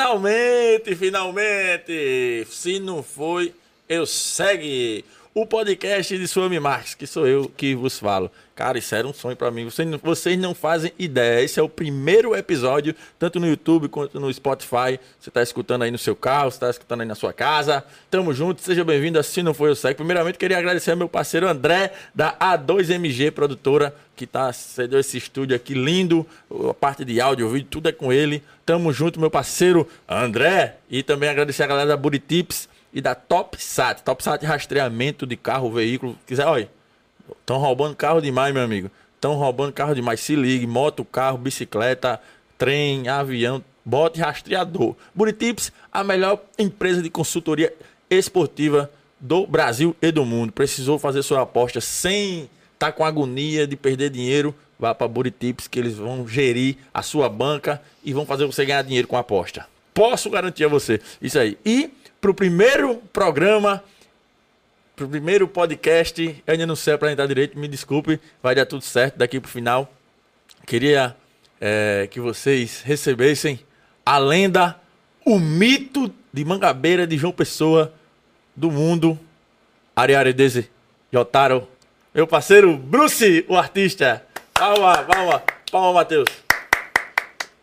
Finalmente, finalmente! Se não foi, eu segue o podcast de Suami Marques, que sou eu que vos falo. Cara, isso era um sonho para mim. Vocês não, vocês não fazem ideia. Esse é o primeiro episódio, tanto no YouTube quanto no Spotify. Você tá escutando aí no seu carro, você tá escutando aí na sua casa. Tamo junto, seja bem-vindo a Se Não Foi Eu Segue. Primeiramente, queria agradecer ao meu parceiro André, da A2MG Produtora, que tá cedeu esse estúdio aqui lindo. A parte de áudio, vídeo, tudo é com ele. Tamo junto, meu parceiro André. E também agradecer a galera da Buritips e da TopSat. TopSat rastreamento de carro, veículo. Quiser, olha. Estão roubando carro demais, meu amigo. Estão roubando carro demais. Se ligue, moto, carro, bicicleta, trem, avião, bote rastreador. Buritips, a melhor empresa de consultoria esportiva do Brasil e do mundo. Precisou fazer sua aposta sem estar tá com agonia de perder dinheiro? Vá para Buritips que eles vão gerir a sua banca e vão fazer você ganhar dinheiro com a aposta. Posso garantir a você isso aí. E para o primeiro programa pro primeiro podcast. Eu ainda não sei apresentar direito, me desculpe, vai dar tudo certo daqui pro final. Queria é, que vocês recebessem a lenda, o mito de Mangabeira de João Pessoa do mundo, Ariaredese Jotaro, meu parceiro Bruce, o artista. Palma, palma, palma, Matheus.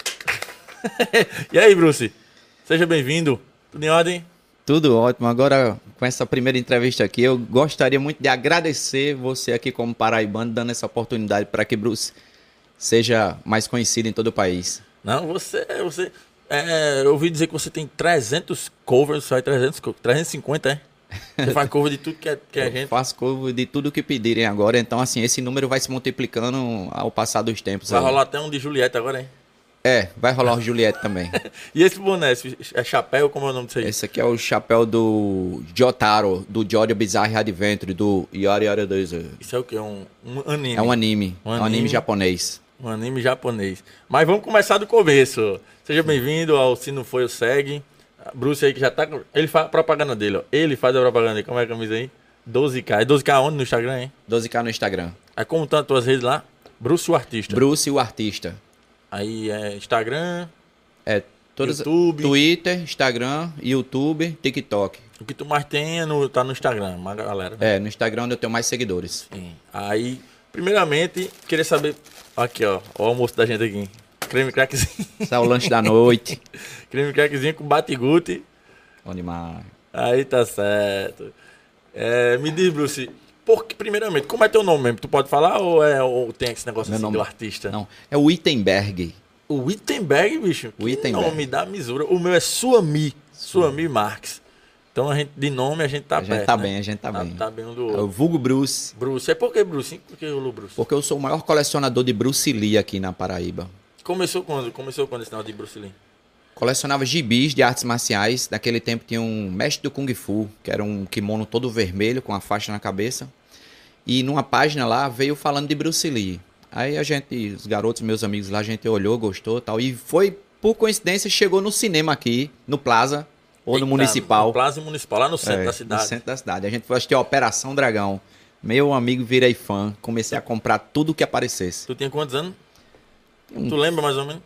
e aí, Bruce? Seja bem-vindo. Tudo em ordem? Tudo ótimo. Agora, com essa primeira entrevista aqui, eu gostaria muito de agradecer você aqui como paraibano, dando essa oportunidade para que Bruce seja mais conhecido em todo o país. Não, você... você é, eu ouvi dizer que você tem 300 covers, sai 300, 350, é? Você faz cover de tudo que é, que é gente. Faço cover de tudo que pedirem agora, então assim, esse número vai se multiplicando ao passar dos tempos. Vai aí. rolar até um de Juliette agora, hein? É, vai rolar o Juliette também. E esse boné, esse é chapéu, como é o nome disso aí? Esse aqui é o chapéu do Jotaro, do Jorio Bizarre Adventure, do Yori Yori 2. Isso é o quê? Um, um anime. É um anime, Um é um anime anime. japonês. Um anime japonês. Mas vamos começar do começo. Seja bem-vindo ao Se Não Foi, eu Segue. A Bruce aí que já tá. com- Ele faz a propaganda dele, ó. Ele faz a propaganda dele. Como é a camisa aí? 12K. É 12K onde? No Instagram, hein? 12K no Instagram. Aí como tá as tuas redes lá? Bruce o Artista. Bruce, o artista. Aí é Instagram, É, todas... YouTube. Twitter, Instagram, YouTube, TikTok. O que tu mais tem é no, tá no Instagram, mas galera. É, no Instagram onde eu tenho mais seguidores. Sim. Aí, primeiramente, queria saber. Aqui, ó. ó O almoço da gente aqui. Creme crackzinho. Esse é o lanche da noite. Creme crackzinho com batigute. Bom demais. Aí tá certo. É, me diz, Bruce, porque, primeiramente, como é teu nome mesmo? Tu pode falar ou, é, ou tem esse negócio Meu assim nome- do artista? Não, é o Wittenberg. O Wittenberg, bicho. Que Wittenberg. nome da misura. O meu é Suami. Suami Marques. Então, a gente, de nome, a gente tá A gente perto, tá né? bem, a gente tá bem. Tá bem um do É o outro. vulgo Bruce, Bruce. É por que Bruce? Por que o Bruce? porque eu sou o maior colecionador de Bruce Lee aqui na Paraíba. Começou quando? Começou quando esse negócio de Bruce Lee? Colecionava gibis de artes marciais. Naquele tempo tinha um mestre do Kung Fu, que era um kimono todo vermelho, com a faixa na cabeça. E numa página lá veio falando de Bruce Lee. Aí a gente, os garotos, meus amigos lá, a gente olhou, gostou tal. E foi, por coincidência, chegou no cinema aqui, no Plaza, ou Eita, no Municipal. No Plaza Municipal, lá no centro É, da cidade. No centro da cidade. A gente foi assistir a Operação Dragão. Meu amigo, virei fã. Comecei a comprar tudo que aparecesse. Tu tinha quantos anos? Hum. Tu lembra mais ou menos?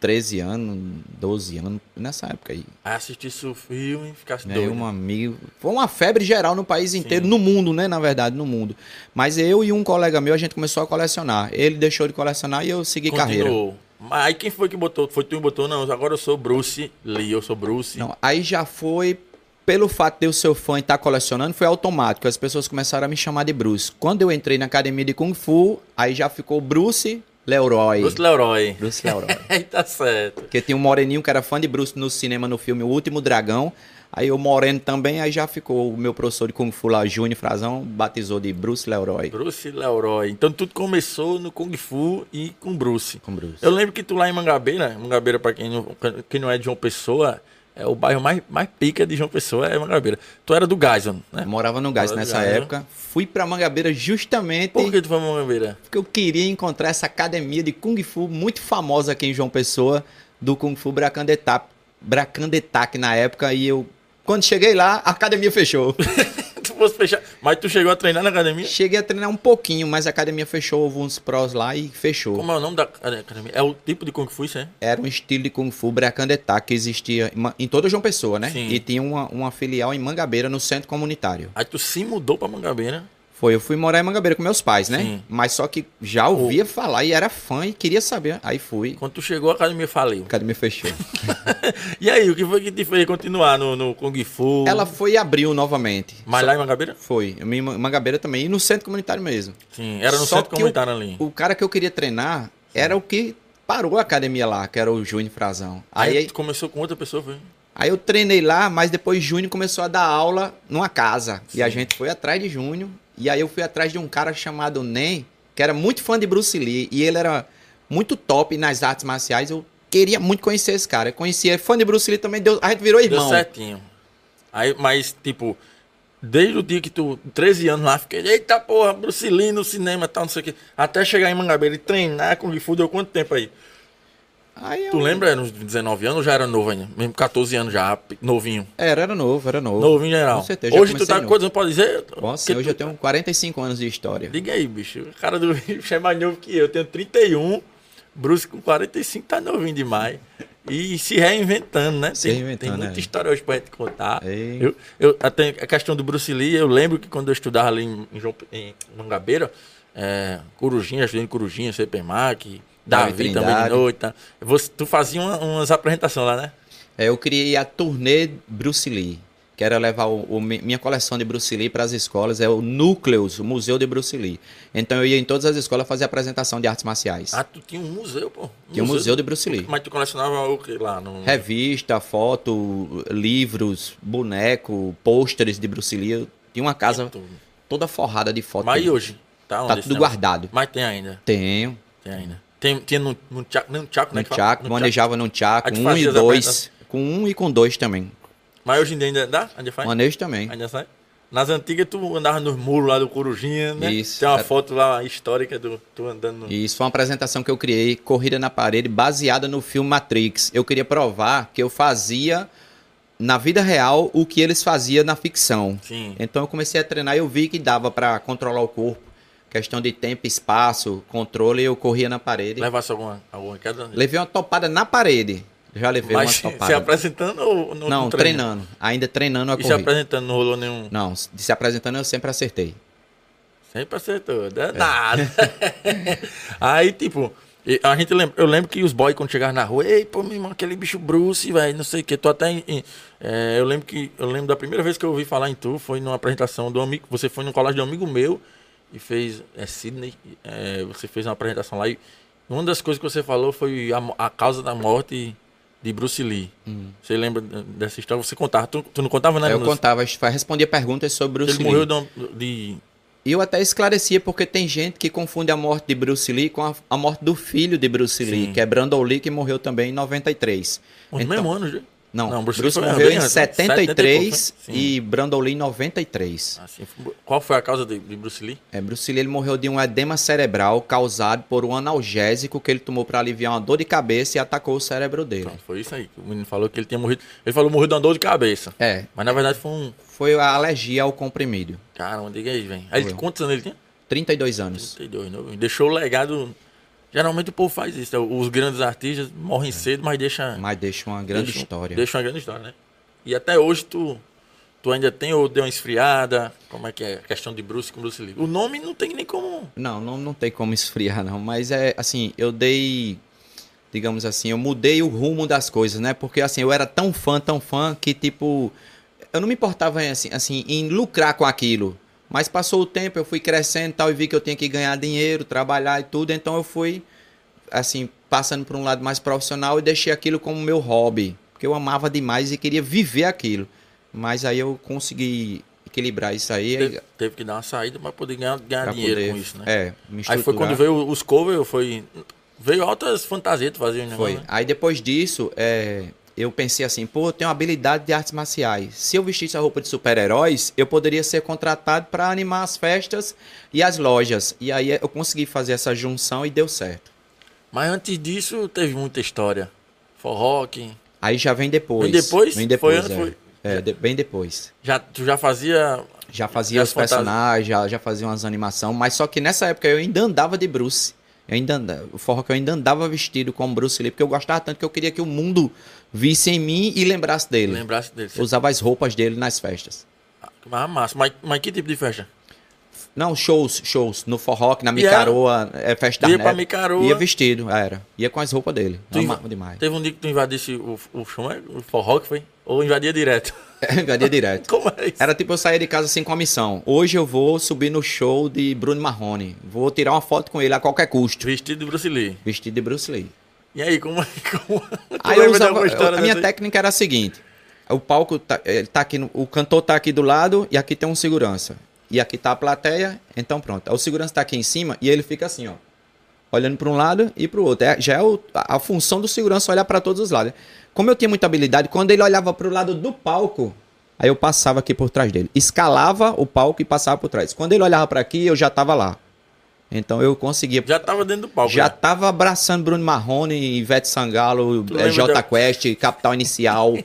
13 anos, 12 anos, nessa época aí. Aí assistisse o filme, ficasse Ganhei doido. um amigo. Foi uma febre geral no país inteiro, no mundo, né? Na verdade, no mundo. Mas eu e um colega meu, a gente começou a colecionar. Ele deixou de colecionar e eu segui carreira. Continuou. Mas aí quem foi que botou? Foi tu que botou? Não, agora eu sou Bruce Lee, eu sou Bruce. Não, aí já foi. Pelo fato de eu ser fã e estar colecionando, foi automático. As pessoas começaram a me chamar de Bruce. Quando eu entrei na academia de Kung Fu, aí já ficou Bruce Leroy. Bruce Leroy. é Bruce Leroy. Aí tá certo. Porque tinha um moreninho que era fã de Bruce no cinema, no filme O Último Dragão. Aí o moreno também, aí já ficou o meu professor de Kung Fu lá, Júnior Frazão, batizou de Bruce Leroy. Bruce Leroy. Então tudo começou no Kung Fu e com Bruce. Com Bruce. Eu lembro que tu lá em Mangabeira, né? Mangabeira pra quem não, quem não é de João Pessoa, é o bairro mais, mais pica de João Pessoa, é Mangabeira. Tu era do Geisel, né? Eu Morava no Gás Morava no nessa Gás, né? época. Fui pra Mangabeira justamente Por que tu foi pra Mangabeira? porque eu queria encontrar essa academia de Kung Fu muito famosa aqui em João Pessoa, do Kung Fu Bracandetap, Bracandetak na época. E eu, quando cheguei lá, a academia fechou. Tu fosse fechar. Mas tu chegou a treinar na academia? Cheguei a treinar um pouquinho, mas a academia fechou, houve uns prós lá e fechou. Como é o nome da academia? É o tipo de Kung Fu isso, é? Era um estilo de Kung Fu Bracandetá que existia em Ma- em toda João Pessoa, né? Sim. E tinha uma, uma filial em Mangabeira, no centro comunitário. Aí tu se mudou pra Mangabeira. Foi, eu fui morar em Mangabeira com meus pais, né? Sim. Mas só que já ouvia falar e era fã e queria saber. Aí fui, Quando tu chegou, a academia faliu. a academia fechou. E aí, o que foi que te fez continuar no, no Kung Fu? Ela foi e abriu novamente. Mas lá em Mangabeira? Foi, eu me- em Mangabeira também, e no centro comunitário mesmo. Sim, era no Só centro que o- comunitário ali. O cara que eu queria treinar era o que parou a academia lá, que era o Júnior Frazão. Aí, Aí, tu começou com outra pessoa, foi? aí eu treinei lá, mas depois Júnior começou a dar aula numa casa. E a gente foi atrás de Júnior. E aí eu fui atrás de um cara chamado Nen, que era muito fã de Bruce Lee. E ele era muito top nas artes marciais. Eu queria muito conhecer esse cara. Eu conhecia, fã de Bruce Lee também, deu, a gente virou Deu irmão. certinho. Aí, mas, tipo, desde o dia que tu, 13 anos lá, fiquei, eita porra, Bruce Lee no cinema, tal, não sei o quê. Até chegar em Mangabeira e treinar com o Gifu, deu quanto tempo aí? Aí eu- Tu lembra, era uns 19 anos ou já era novo ainda? Mesmo 14 anos já, pe- novinho. Era, era novo, era novo. Novinho geral. Com certeza, já hoje tu comecei tá com novo. quantos anos, pode dizer? Nossa, Porque hoje tu- eu tenho 45 anos de história. Diga aí, bicho. O cara do bicho é mais novo que eu. Eu tenho 31. Bruce com 45 tá novinho demais. E se reinventando, né? Se Tem- reinventando, tem muita é. história hoje pra gente contar. Ei. Eu, eu, até a questão do Bruce Lee, eu lembro que quando eu estudava ali em, em João- em Mangabeira, é, Corujinha, ajudei em Corujinha, CPMAC, Davi Davi também de Trindade. noite. tá? Você, tu fazia uma- umas apresentações lá, né? É, eu criei a turnê Bruce Lee, que era levar o, o mi- minha coleção de Bruce Lee para as escolas, é o Núcleos, o Museu de Bruce Lee. Então eu ia em todas as escolas fazer apresentação de artes marciais. Ah, tu tinha um museu, pô. Tinha o Museu de Bruce Lee. Mas tu colecionava o que lá? No... Revista, foto, livros, boneco, pôsteres de Bruce Lee. Eu tinha uma casa Tudo. toda forrada de fotos. Então. Mas e hoje? Tá onde esse tudo negócio? guardado. Mas tem ainda. Tenho. Tem ainda. Tem, tinha no, no Tchaco, não, Tchaco, né? No que fala? Tchaco, No manejava no Tchaco, Aí tu um fazia e as dois. Com um e com dois também. Mas hoje em dia ainda dá? Ainda faz? Manejo também. Ainda sai? Nas antigas tu andava nos muros lá do Corujinha, né? Isso, Tem uma era- foto lá histórica do tu andando no... E Isso foi uma apresentação que eu criei, Corrida na Parede, baseada no filme Matrix. Eu queria provar que eu fazia na vida real o que eles faziam na ficção. Sim. Então eu comecei a treinar e eu vi que dava pra controlar o corpo, questão de tempo, espaço, controle, eu corria na parede. Levasse alguma, alguma queda? Levei uma topada na parede. Já levei Mas uma se topada. apresentando ou no, Não, no treino? treinando, ainda treinando a E se corrida. apresentando não rolou nenhum? Não, de se apresentando eu sempre acertei. Sempre acertou, É. danado. Aí, tipo, e a gente lembra, eu lembro que os boys quando chegavam na rua, ei, pô, meu irmão, aquele bicho Bruce, velho, não sei o que, tô até em, em- é, eu lembro que, eu lembro da primeira vez que eu ouvi falar em tu, foi numa apresentação do amigo, você foi num colégio de um amigo meu e fez, é Sidney, é, você fez uma apresentação lá e uma das coisas que você falou foi a, mo- a causa da morte de Bruce Lee. Você lembra dessa história? Você contava, tu, tu não contava, né? Aí Hum. É, eu Bruce? contava, respondia perguntas sobre o Ele morreu de, uma- de... E eu até esclarecia, porque tem gente que confunde a morte de Bruce Lee com a, a morte do filho de Bruce Lee, Sim. que é Brandon Lee, que morreu também em 93. No Então- mesmo né? ano, já. Não, Bruce, Lee foi morreu bem em antes, né? 70 pouco, 73 né? Sim. e Brandon Lee em 93. Assim, foi- qual foi a causa de, de Bruce Lee? É, Bruce Lee ele morreu de um edema cerebral causado por um analgésico que ele tomou para aliviar uma dor de cabeça e atacou o cérebro dele. Pronto, foi isso aí. que O menino falou que ele tinha morrido. Ele falou morreu de uma dor de cabeça. É, Mas na verdade foi um. foi a alergia ao comprimido. Caramba, diga aí, velho. Aí Foi. quantos anos ele tinha? 32 anos. 32, novo. né? Deixou o legado. Geralmente o povo faz isso. né? Os grandes artistas morrem cedo, mas deixa. Mas deixa É. uma grande deixa, um, história. Deixa uma grande história, né? E até hoje tu. Tu ainda tem ou deu uma esfriada? Como é que é? A questão de Bruce com Bruce Lee. O nome não tem nem como. Não, não, não tem como esfriar, não. Mas é assim, eu dei, digamos assim, eu mudei o rumo das coisas, né? Porque assim, eu era tão fã, tão fã, que tipo, eu não me importava em, assim, assim, em lucrar com aquilo. Mas passou o tempo, eu fui crescendo e tal, e vi que eu tinha que ganhar dinheiro, trabalhar e tudo, então eu fui, assim, passando por um lado mais profissional e deixei aquilo como meu hobby. Porque eu amava demais e queria viver aquilo. Mas aí eu consegui equilibrar isso aí. aí Teve, teve que dar uma saída pra poder ganhar, ganhar pra dinheiro poder, com isso, né? É, me Aí foi estruturar. quando veio os cover, foi. Veio altas fantasias tu fazia um negócio. Foi. né? Aí depois disso, é, eu pensei assim, pô, eu tenho habilidade de artes marciais. Se eu vestisse a roupa de super-heróis, eu poderia ser contratado para animar as festas e as lojas. E aí eu consegui fazer essa junção e deu certo. Mas antes disso, teve muita história. Forró, que. Aí já vem depois. E depois, foi, Vem depois, é. foi- É, de- bem depois. Já, tu já fazia. Já fazia Já os fantasi- personagens, já, já fazia umas animações, mas só que nessa época eu ainda andava de Bruce. Eu ainda andava, o forró que eu ainda andava vestido como Bruce Lee, porque eu gostava tanto que eu queria que o mundo visse em mim e lembrasse dele. Lembrasse dele. Eu Usava as roupas dele nas festas. Ah, massa. Mas, mas que tipo de festa? Não, shows, shows. No forró, que na E era- Micaroa, é festa da Ia pra neta. Micaroa. Ia vestido, ah, era. Ia com as roupas dele. Tu inva- Amava demais. Teve um dia que tu invadisse o, o, como é? o forró que foi? Ou invadia direto? Invadia direto. Como é isso? Era tipo eu sair de casa assim com a missão. Hoje eu vou subir no show de Bruno Marrone. Vou tirar uma foto com ele a qualquer custo. Vestido de Bruce Lee. Vestido de Bruce Lee. E aí, como é como... Tu Aí eu lembra de usava, alguma história eu- a minha dessa aí? técnica era a seguinte: o palco tá, ele tá aqui, no- o cantor tá aqui do lado e aqui tem um segurança. E aqui tá a plateia, então pronto. Aí O segurança tá aqui em cima e ele fica assim, ó. Olhando para um lado e para o outro. É- já é o- a a função do segurança olhar para todos os lados. Como eu tinha muita habilidade, quando ele olhava para o lado do palco, aí eu passava aqui por trás dele. Escalava o palco e passava por trás. Quando ele olhava para aqui, eu já estava lá. Então eu conseguia Já tava dentro do palco. já né? tava abraçando Bruno Marrone, Ivete Sangalo, Tu eh, lembra Jota da- Quest, Capital Inicial,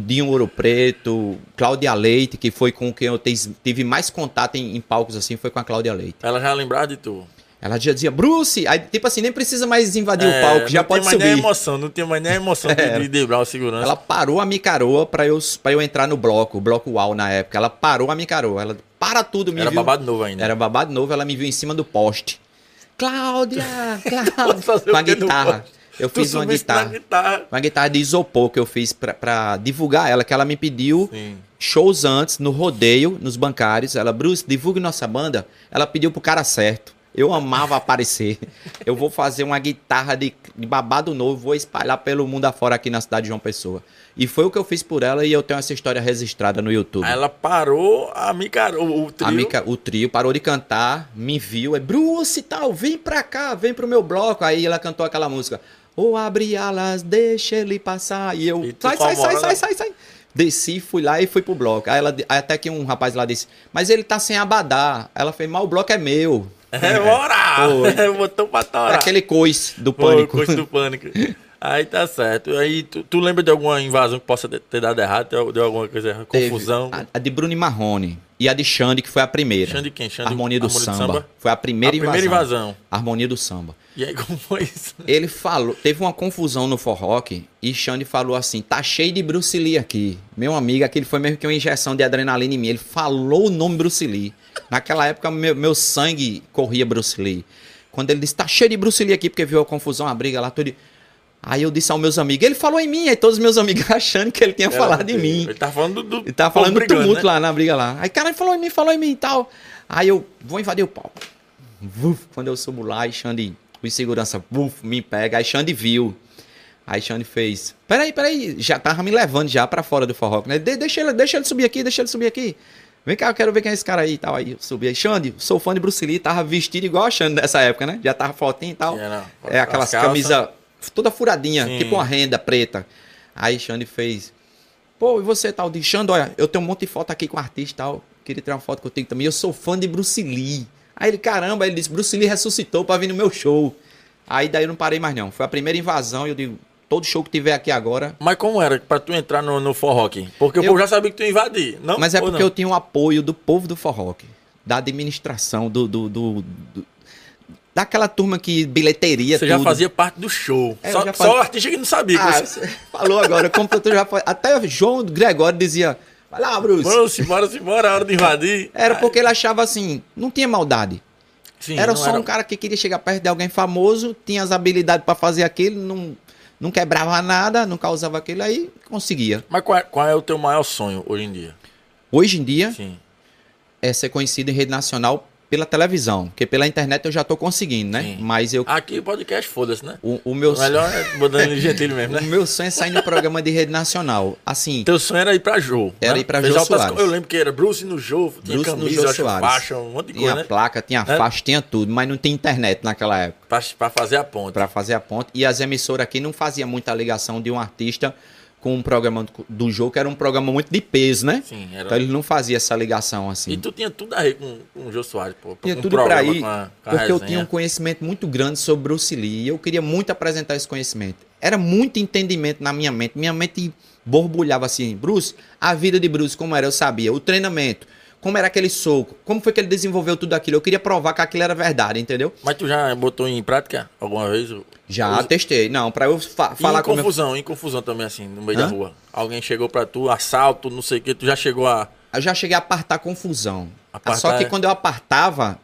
Dinho Ouro Preto, Cláudia Leite, que foi com quem eu te- tive mais contato em, em palcos assim, foi com a Cláudia Leite. Ela já lembrava de tu. Ela já dizia, Bruce, aí tipo assim, nem precisa mais invadir É, o palco, já não pode tinha mais nem subir. emoção, não tinha mais nem emoção de, de driblar o segurança. Ela parou a minha caroa pra eu, pra eu entrar no bloco, o bloco UAU na época. Ela parou a minha caroa, ela para tudo, me Era viu. babado novo ainda. Era babado novo, ela me viu em cima do poste. Cláudia, Cláudia, fazer com a o quê no guitarra. poste? Eu fiz uma subiste guitarra. na guitarra. uma guitarra de isopor que eu fiz pra, pra divulgar ela, que ela me pediu Sim. shows antes, no rodeio, nos bancários. Ela, Bruce, divulgue nossa banda. Ela pediu pro cara certo. Eu amava aparecer. Eu vou fazer uma guitarra de, de babado novo, vou espalhar pelo mundo afora aqui na cidade de João Pessoa. E foi o que eu fiz por ela e eu tenho essa história registrada no YouTube. Aí ela parou a Mica, o, o trio. A Mica- o trio parou de cantar, me viu, é Bruce e tal, vem pra cá, vem pro meu bloco. Aí ela cantou aquela música. Ou abre alas, deixa ele passar. E eu, E tu sai, com a sai, sai, moral, sai, né? sai, sai. Desci, fui lá e fui pro bloco. Aí, ela, aí até que um rapaz lá disse, mas ele tá sem abadá. Ela fez, mas o bloco é meu. É, bora! Foi. Botou pra É torar. Aquele coice do Foi, pânico. coisa do pânico. Aí tá certo. Aí tu, tu lembra de alguma invasão que possa ter, ter dado errado? Deu, deu alguma coisa errada? Teve Ah, Confusão? A, a de Bruno e Marrone. E a de Xande, que foi a primeira. Xande quem? Xande- Harmonia do, Harmonia do samba. Samba? Foi a primeira, a primeira invasão. invasão. Harmonia do samba. E aí como foi isso? Ele falou, teve uma confusão no forroque e Xande falou assim: tá cheio de Bruce Lee aqui. Meu amigo, aquele foi mesmo que uma injeção de adrenalina em mim. Ele falou o nome Bruce Lee. Naquela época, meu, meu sangue corria Bruce Lee. Quando ele disse, tá cheio de Bruce Lee aqui, porque viu a confusão, a briga lá, tudo. Aí eu disse aos meus amigos, ele falou em mim, aí todos os meus amigos achando que ele tinha falado em mim. Ele tá falando do... Ele tava falando do brigando, tumulto né? lá na briga lá. Aí, cara, ele falou em mim, falou em mim e tal. Aí eu vou invadir o palco. Vuf, quando eu subo lá, aí Xande, o insegurança, vuf, me pega. Aí Xande viu. Aí Xande fez. Peraí, peraí. Já tava me levando já pra fora do forró. Né? De- deixa, ele, deixa ele subir aqui, deixa ele subir aqui. Vem cá, eu quero ver quem é esse cara aí e tal. Aí eu subi. Aí, Xande, sou fã de Bruce Lee, tava vestido igual a Xande nessa época, né? Já tava fotinho e tal. Sim, era. é aquelas As calças. camisas toda furadinha, Sim. tipo uma renda preta. Aí Xande fez. Pô, e você tal? De Xande, olha, eu tenho um monte de foto aqui com o artista e tal. Queria tirar uma foto contigo também. Eu sou fã de Bruce Lee. Aí ele, caramba, aí ele disse, Bruce Lee ressuscitou pra vir no meu show. Aí daí eu não parei mais não. Foi a primeira invasão e eu digo, todo show que tiver aqui agora... Mas como era pra tu entrar no, no forró aqui? Porque o Eu- povo já sabia que tu invadia, não? Mas é Ou porque não? eu tinha o apoio do povo do forró, que- da administração, do... do, do- do- daquela turma que bilheteria, Você tudo. já fazia parte do show. É, eu só, já só fazia- o artista que não sabia. que Ah, você- você falou agora, como tu já foi. Até o João Gregório dizia, vai lá, Bruce. Vamos embora, vamos embora, é hora de invadir. Era Ah, porque ele achava assim, não tinha maldade. sim, era não só um cara que queria chegar perto de alguém famoso, tinha as habilidades pra fazer aquilo, não, não quebrava nada, não causava aquilo, aí conseguia. Mas qual é, qual é o teu maior sonho hoje em dia? Hoje em dia, Sim. é ser conhecido em rede nacional pela televisão, porque pela internet eu já tô conseguindo, né? Sim. Mas eu, Aqui o podcast, foda-se, né? o, o meu, O melhor é botando ele gentil mesmo, o né? meu sonho é sair no programa de rede nacional. Assim, Teu sonho era ir pra Jô. Era né? ir pra Fez Jô altas Soares. co- Eu lembro que era Bruce no Jô, tinha Bruce no camisa, Jô acho, Soares. faixa, um monte de tinha coisa, né? placa, tinha Né? faixa, tinha tudo, mas não tinha internet naquela época. Pra, pra fazer a ponta. para fazer a ponte. E as emissoras aqui não faziam muita ligação de um artista com um programa do- do jogo, que era um programa muito de peso, né? Sim, era. Então ele não fazia essa ligação assim. E tu tinha tudo a ver com, com o Jô Soares, pô. tinha com o tudo para programa, ir, com a- com a porque eu um resenha. tinha um conhecimento muito grande sobre Bruce Lee e eu queria muito apresentar esse conhecimento. Era muito entendimento na minha mente. Minha mente borbulhava assim, Bruce, a vida de Bruce, como era, eu sabia. O treinamento, como era aquele soco, como foi que ele desenvolveu tudo aquilo. Eu queria provar que aquilo era verdade, entendeu? Mas tu já botou em prática alguma vez? o- Já os- testei. Não, pra eu fa- E falar em com meu... confusão, em confusão também, assim, no meio Hã? da rua. Alguém chegou pra tu, assalto, não sei o que, tu já chegou a. Eu já cheguei a apartar confusão. Apartar Só que é- quando eu apartava,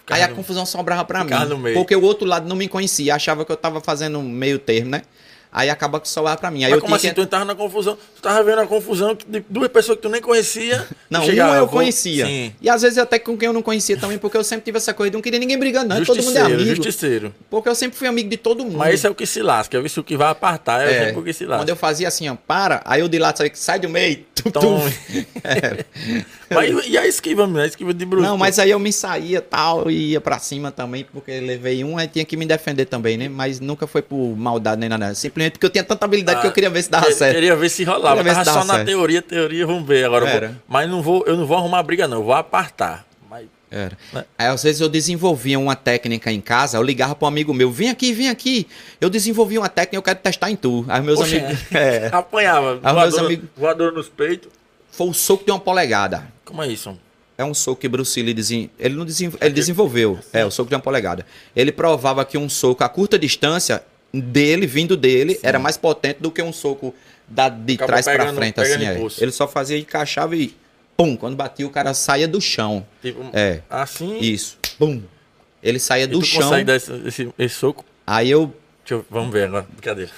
Ficava aí a no- confusão sobrava pra mim. ficava no meio. Porque o outro lado não me conhecia, achava que eu tava fazendo meio termo, né? Aí acaba que sobrava pra mim. Aí Mas eu como tinha assim? que... Tu entrava na confusão, tu tava vendo a confusão de duas pessoas que tu nem conhecia. tu Não, chegava, um eu vou- conhecia. Sim. E às vezes até com quem eu não conhecia também, porque eu sempre tive essa coisa de não queria ninguém brigando, não. Todo mundo é Justiceiro, amigo. justiceiro. Porque eu sempre fui amigo de todo mundo. Mas esse é o que se lasca, isso que vai apartar, é, sempre o que se Quando lasca. eu fazia assim, ó, para, aí eu de lá saí- sai do meio. Tum, É. Então, tum. mas, e a esquiva, menino? A esquiva de bruxo. Não, mas aí eu me saía tal e ia pra cima também, porque levei um, aí tinha que me defender também, né? Mas nunca foi por maldade nem nada. Simplesmente porque eu tinha tanta habilidade Ah, que eu queria ver se dava Que- certo. Queria ver se rolava. Queria ver Tava se só dava na certo. teoria, teoria, vamos ver agora. eu vou- Era. mas não vou, eu não vou arrumar briga, não. Eu vou apartar. Mas Era. Né? Aí às vezes eu desenvolvia uma técnica em casa, eu ligava pra um amigo meu, vem aqui, vem aqui. Eu desenvolvi uma técnica, eu quero testar em tu. Aí meus Oxe, amigos. É. apanhava. Ah, meus voador, amigos- voador nos peitos. Foi o soco de uma polegada. Como é isso? É um soco que Bruce Lee desen- ele, não desen- ele desenvolveu. É, o soco de uma polegada. Ele provava que um soco a curta distância dele, vindo dele, era mais potente do que um soco da, de Acabou trás pra pegando- frente. pegando Assim, é. impulso. Ele só fazia, encaixava e pum, quando batia o cara saía do chão. Tipo, É, assim. isso. Pum. Ele saía e do tu chão. consegue dar esse, esse- esse soco? Aí eu Deixa eu- vamos ver agora. Brincadeira.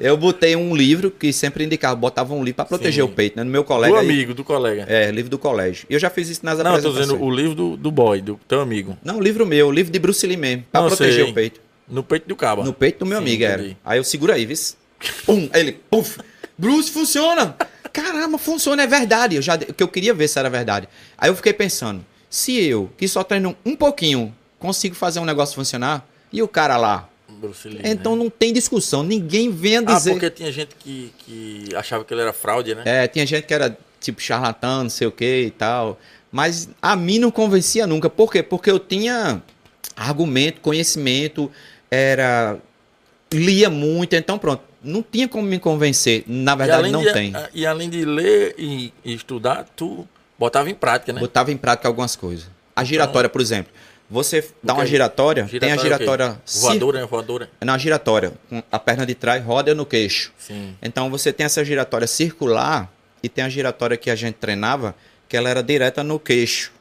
eu botei um livro que sempre indicava, botava um livro pra proteger Sim. o peito, né, no meu do colega. aí- amigo, do colega. É, livro do colégio. E eu já fiz isso nas não, eu tô apresentações. dizendo o livro do, do boy, do teu amigo. Não, livro meu, livro de Bruce Lee mesmo, pra Não, proteger sei. o peito. No peito do cabo. No peito do meu Sim, amigo, entendi. era. Aí eu seguro aí, viu? Pum, aí ele, puf. Bruce, funciona! Caramba, funciona, é verdade. Eu já, que eu queria ver se era verdade. Aí eu fiquei pensando, se eu, que só treino um pouquinho, consigo fazer um negócio funcionar, e o cara lá? Bruce Lee, Então né? não tem discussão, ninguém venha Ah, dizer... porque tinha gente que, que achava que ele era fraude, né? É, tinha gente que era tipo charlatão, não sei o que e tal. Mas a mim não convencia nunca. Por quê? Porque eu tinha argumento, conhecimento, era. lia muito, então pronto. Não tinha como me convencer. Na E verdade, além não de- Ah, tem. a- E além de ler e, e estudar, tu botava em prática, né? Botava em prática algumas coisas. A giratória, por exemplo. Você dá O que uma é? giratória, tem a é o giratória. quê? cir- Voadora, né? Voadora. Na giratória, com a perna de trás roda no queixo. Sim. Então você tem essa giratória circular e tem a giratória que a gente treinava, que ela era direta no queixo.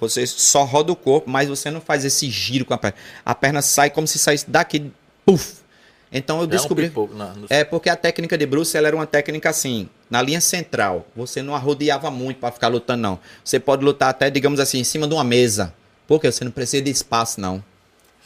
Você só roda o corpo, mas você não faz esse giro com a perna. A perna sai como se saísse daqui, puf. Então Já eu é um descobri. pipoco na- no- É porque a técnica de Bruce ela era uma técnica assim, na linha central. Você não arrodeava muito para ficar lutando, não. Você pode lutar até, digamos assim, em cima de uma mesa. Porque você não precisa de espaço, não.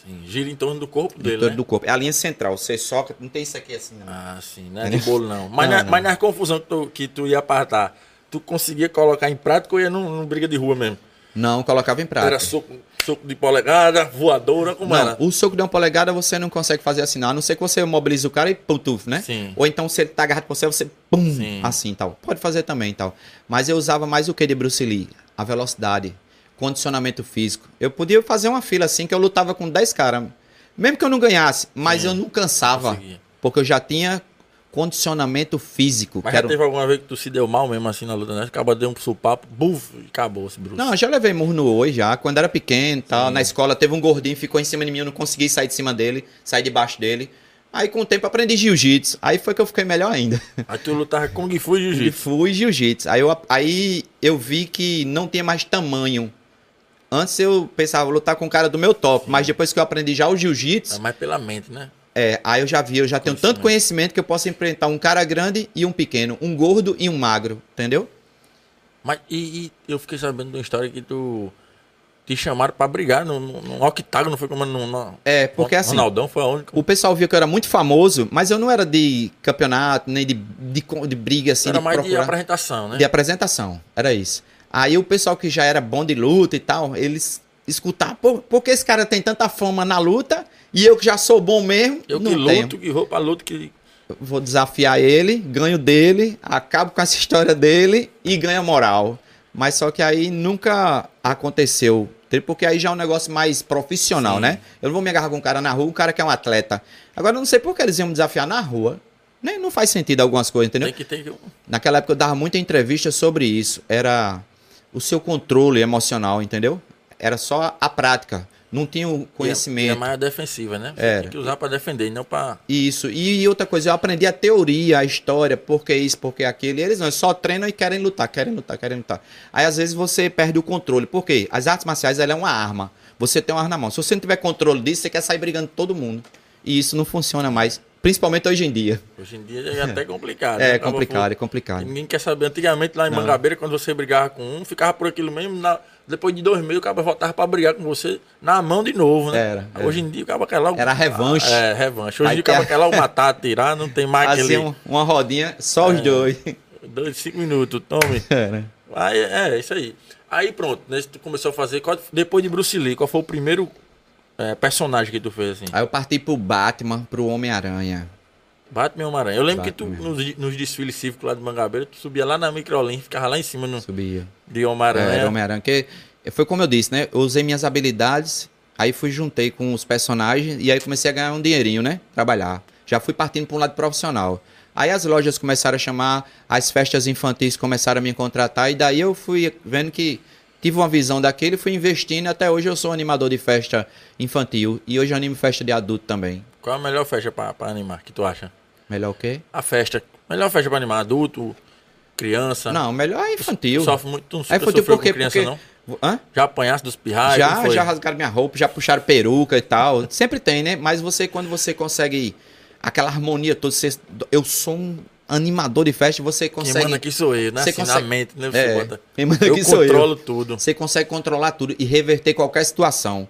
sim. Gira em torno do corpo em dele, torno né? do corpo. É a linha central. Você soca. Não tem isso aqui assim, não. Ah, sim. Não é de bolo, não. Mas, Não, na, não. mas nas confusões que tu, que tu ia apartar, tu conseguia colocar em prática ou ia num, num briga de rua mesmo? Não, colocava em prática. Era soco, soco de polegada, voadora, como Não, era? o soco de uma polegada você não consegue fazer assim, não. A não ser que você mobilize o cara e putuf, né? Sim. Ou então se ele tá agarrado com você, você pum, Sim. assim tal. Pode fazer também tal. Mas eu usava mais o que de Bruce Lee? A velocidade, condicionamento físico. Eu podia fazer uma fila assim que eu lutava com 10 caras. Mesmo que eu não ganhasse, mas eu não cansava. Conseguia. Porque eu já tinha condicionamento físico. Mas que era já um- teve alguma vez que tu se deu mal mesmo assim na luta, né? Acaba deu um supapo, buf, e acabou esse bruxo. Não, eu já levei murro no oi já. Quando era pequeno, tal, na escola, teve um gordinho, ficou em cima de mim, eu não consegui sair de cima dele, sair debaixo dele. Aí com o tempo aprendi jiu-jitsu. Aí foi que eu fiquei melhor ainda. Aí tu lutava com Kung Fu e E Jiu-Jitsu. fui jiu-jitsu. Aí eu, aí eu vi que não tinha mais tamanho. Antes eu pensava vou lutar com o cara do meu top, mas depois que eu aprendi já o É jiu-jitsu, mais pela mente, né? é, aí eu já vi, eu já tenho tanto conhecimento que eu posso enfrentar um cara grande e um pequeno, um gordo e um magro, entendeu? Mas e, e eu fiquei sabendo de uma história que tu te chamaram pra brigar num, num- num octágono, foi como no, no- É, porque assim- Ronaldão foi a única. O pessoal via que eu era muito famoso, mas eu não era de campeonato, nem de, de, co- de briga, assim, Era de mais de procurar- apresentação, né? de apresentação. Era isso. Aí o pessoal que já era bom de luta e tal, eles escutavam, por, por que esse cara tem tanta fama na luta e eu que já sou bom mesmo, Eu não que tenho. luto, que vou pra luta, que. Eu Vou desafiar ele, ganho dele, acabo com essa história dele e ganho a moral. Mas só que aí nunca aconteceu Tri- Porque aí já é um negócio mais profissional, Sim. né? Eu não vou me agarrar com um cara na rua, um cara que é um atleta. Agora, eu não sei por que eles iam me desafiar na rua. Nem, não faz sentido algumas coisas, entendeu? Tem que, tem que... é Naquela época eu dava muita entrevista sobre isso. Era o seu controle emocional, entendeu? Era só a prática. Não tinha o É conhecimento. É. mais defensiva, né? Você Era. tem que usar pra defender, não pra. Isso. E outra coisa, eu aprendi a teoria, a história, por que isso, por que aquilo. E eles não, eles só treinam e querem lutar, querem lutar, querem lutar. Aí às vezes você perde o controle. Por quê? As artes marciais, ela é uma arma. Você tem uma arma na mão. Se você não tiver controle disso, você quer sair brigando com todo mundo. E isso não funciona mais. Principalmente hoje em dia. Hoje em dia é até complicado. né? É O cara complicado, é falou, complicado. Ninguém quer saber. Antigamente lá em Mangabeira, quando você brigava com um, ficava por aquilo mesmo. na- Depois de dois meses, o cara voltava pra brigar com você na mão de novo, né? Era, era. Hoje em dia, o cara quer logo. Era a revanche. É, revanche. Hoje em Aí dia, o cara tem quer logo matar, atirar, não tem mais aquele. Fazia um- uma rodinha, só os dois. Dois, cinco minutos, tome. Era. Aí, é, isso aí. Aí pronto, né, tu começou a fazer. qual- depois de Bruce Lee, qual foi o primeiro é, personagem que tu fez assim? Aí eu parti pro Batman, pro Homem-Aranha. Batman e Homem-Aranha. Eu lembro que tu, Batman. nos, nos desfiles cívicos lá de Mangabeira, tu subia lá na microlinha, ficava lá em cima no, Subia. de É, era Homem-Aranha. Homem-Aranha. Que foi como eu disse, né? Eu usei minhas habilidades, aí fui juntei com os personagens e aí comecei a ganhar um dinheirinho, né? Trabalhar. Já fui partindo para um lado profissional. Aí as lojas começaram a chamar, as festas infantis começaram a me contratar e daí eu fui vendo que tive uma visão daquele, fui investindo e até hoje eu sou animador de festa infantil e hoje eu animo festa de adulto também. Qual a melhor festa pra, pra animar, que tu acha? Melhor o quê? A festa. Melhor festa pra animar, adulto, criança. Não, melhor é infantil. Sofre muito, tu não É infantil Tá. sofreu por quê? com criança, Porque... não? Hã? Já apanhaste dos pirrais? como já, foi? já rasgaram minha roupa, já puxaram peruca e tal. Sempre tem, né? Mas você, quando você consegue aquela harmonia toda, você- eu sou um animador de festa, você Quem consegue. manda aqui sou eu, né? Você Assim, na consegue- mente, né? Você É, bota. quem manda eu aqui sou eu. controlo tudo. Você consegue controlar tudo e reverter qualquer situação.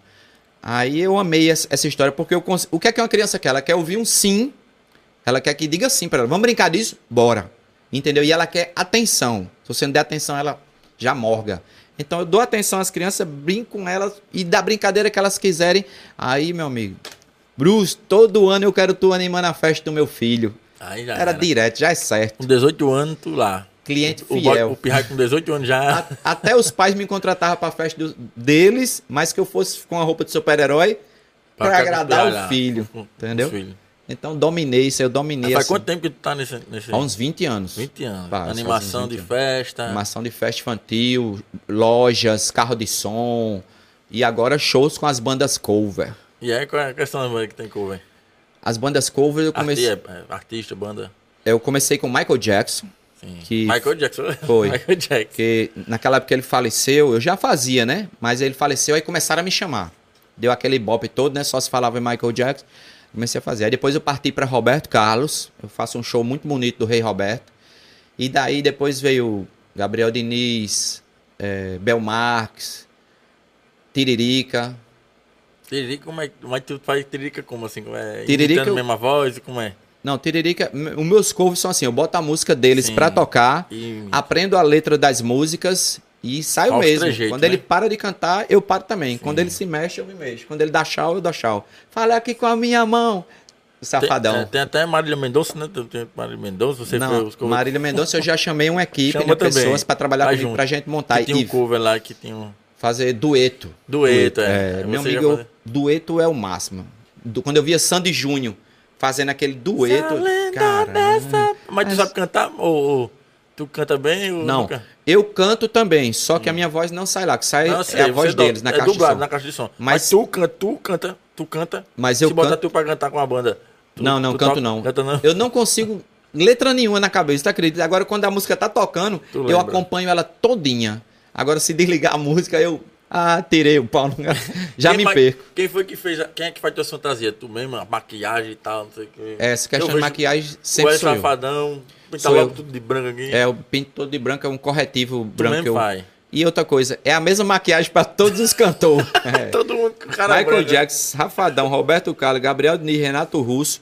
Aí eu amei essa essa história, porque eu cons- o que é que uma criança quer? Ela quer ouvir um sim, ela quer que diga sim pra ela. Vamos brincar disso? Bora. Entendeu? E ela quer atenção. Se você não der atenção, ela já morga. Então eu dou atenção às crianças, brinco com elas e da brincadeira que elas quiserem. Aí, meu amigo, Bruce, todo ano eu quero tu animando a festa do meu filho. Aí já Era direto, já é certo. Com 18 anos, tu lá. Cliente O, boy- fiel. Ah, o Pirra com 18 anos já. A- Até os pais me contratavam pra festa do- deles, mas que eu fosse com a roupa de super-herói pra ficar agradar com os o pirralha, filho. com- com entendeu? os filhos. Então dominei isso, eu dominei Um Faz assim, quanto tempo que tu tá nesse. nesse... há uns 20 anos. 20 anos. Faz, faz uns Animação 20 de anos. festa. Animação de festa infantil, lojas, carro de som e agora shows com as bandas cover. E aí, qual é a questão da banda que tem cover? As bandas cover eu comecei, Arti- é, é, artista, banda. eu comecei com Michael Jackson, Sim. Que- Michael Jackson. Foi. Michael Jackson. que naquela época ele faleceu, eu já fazia, né? Mas ele faleceu, aí começaram a me chamar. Deu aquele bop todo, né? Só se falava em Michael Jackson. Comecei a fazer. Aí depois eu parti para Roberto Carlos. Eu faço um show muito bonito do Rei Roberto. E daí depois veio Gabriel Diniz, eh, Bel Marques, Tiririca. Tiririca, como é que. Mas tu faz tiririca como assim? Como é? Tiririca Imitando eu- a mesma voz? Como é? Não, Tiririca, m- os meus covers são assim, eu boto a música deles Sim. para tocar. E... aprendo a letra das músicas e saio Aos mesmo. trejeitos, Quando ele né? para de cantar, eu paro também. Quando ele se mexe, eu me mexo. Quando ele dá tchau, eu dou tchau. Fala aqui com a minha mão. Tem, Safadão. é, tem até Marília Mendonça, né? Tem, tem Marília Mendonça, você foi Não, os covers. Marília Mendonça, eu já chamei uma equipe Chama de também. pessoas para trabalhar Vai comigo, junto. pra gente montar Que e tinha um cover lá que tinha um. fazer dueto. Dueto, é. É, Aí meu você já amigo, eu- fazia. dueto é o máximo. Do- quando eu via Sandy Júnior fazendo aquele dueto, é cara, né? Mas tu sabe cantar? Ou, ou tu canta bem? Ou não. nunca? Hum. Eu canto também, só que a minha voz não sai lá, que sai Não, eu sei, é a você voz dá- deles na é caixa de dublado som. na caixa de som. Mas, Mas- tu canta, tu canta, tu canta. Mas Se eu botar canto- tu pra cantar com a banda. tu- Não, não, tu canto toca- não. Canta não? Eu não consigo letra nenhuma na cabeça, tá acredita? Agora, quando a música tá tocando, Tu eu lembra. acompanho ela todinha. Agora, se desligar a música, eu. Ah, tirei o pau. no- Já Quem me ma- perco. Quem foi que fez? a- Quem é que faz tua fantasia? Tu mesmo, a maquiagem e tal, não sei o que. É, Essa questão Eu de vejo maquiagem tu sempre é sou eu. safadão, pinta Sou logo eu. tudo de branco aqui. É, o pinto todo de branco é um corretivo tu branco. mesmo que eu- faz. E outra coisa, é a mesma maquiagem pra todos os cantores. É. Todo mundo com cara Michael branca. Jackson, Rafadão, Roberto Carlos, Gabriel Diniz, Renato Russo.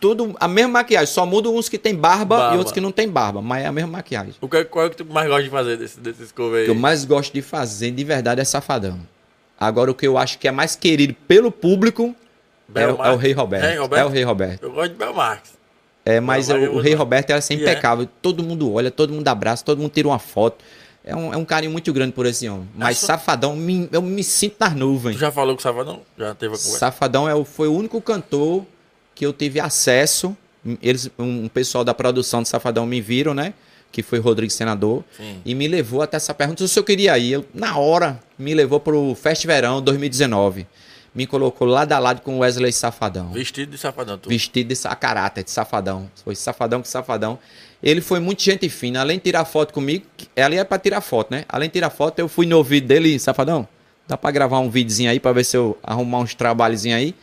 Tudo a mesma maquiagem, só muda uns que tem barba, Barba. e outros que não tem barba, mas é a mesma maquiagem. O que, qual é que tu mais gosta de fazer desse, desses O covers que eu aí? mais gosto de fazer de verdade é safadão. Agora, o que eu acho que é mais querido pelo público é Bel o, é o Marques. Rei Roberto. Rei É o Rei Roberto. Eu gosto de Bel Marques. É, mas Não, mas o- eu o vou- Rei Roberto era assim, E é. impecável. Todo mundo olha, todo mundo abraça, todo mundo tira uma foto. É um, é um carinho muito grande por esse homem. Mas Safadão, me- eu me sinto nas nuvens. Tu já falou com o Savadão? Já teve a conversa? Safadão é o- foi o único cantor que eu tive acesso. Eles, um um pessoal da produção de Safadão me viram, né? Que foi Rodrigo Senador. Sim. E me levou até essa pergunta se eu queria ir. Eu, na hora, me levou pro Fest Verão 2019. Me colocou lado a lado com Wesley Safadão. Vestido de Safadão. Tu. Vestido de sa- a caráter, de safadão. Foi safadão que safadão. Ele foi muito gente fina. Além de tirar foto comigo, que- ali é pra tirar foto, né? Além de tirar foto, eu fui no ouvido dele, safadão. Dá pra gravar um videozinho aí pra ver se eu arrumar uns trabalhozinhos aí.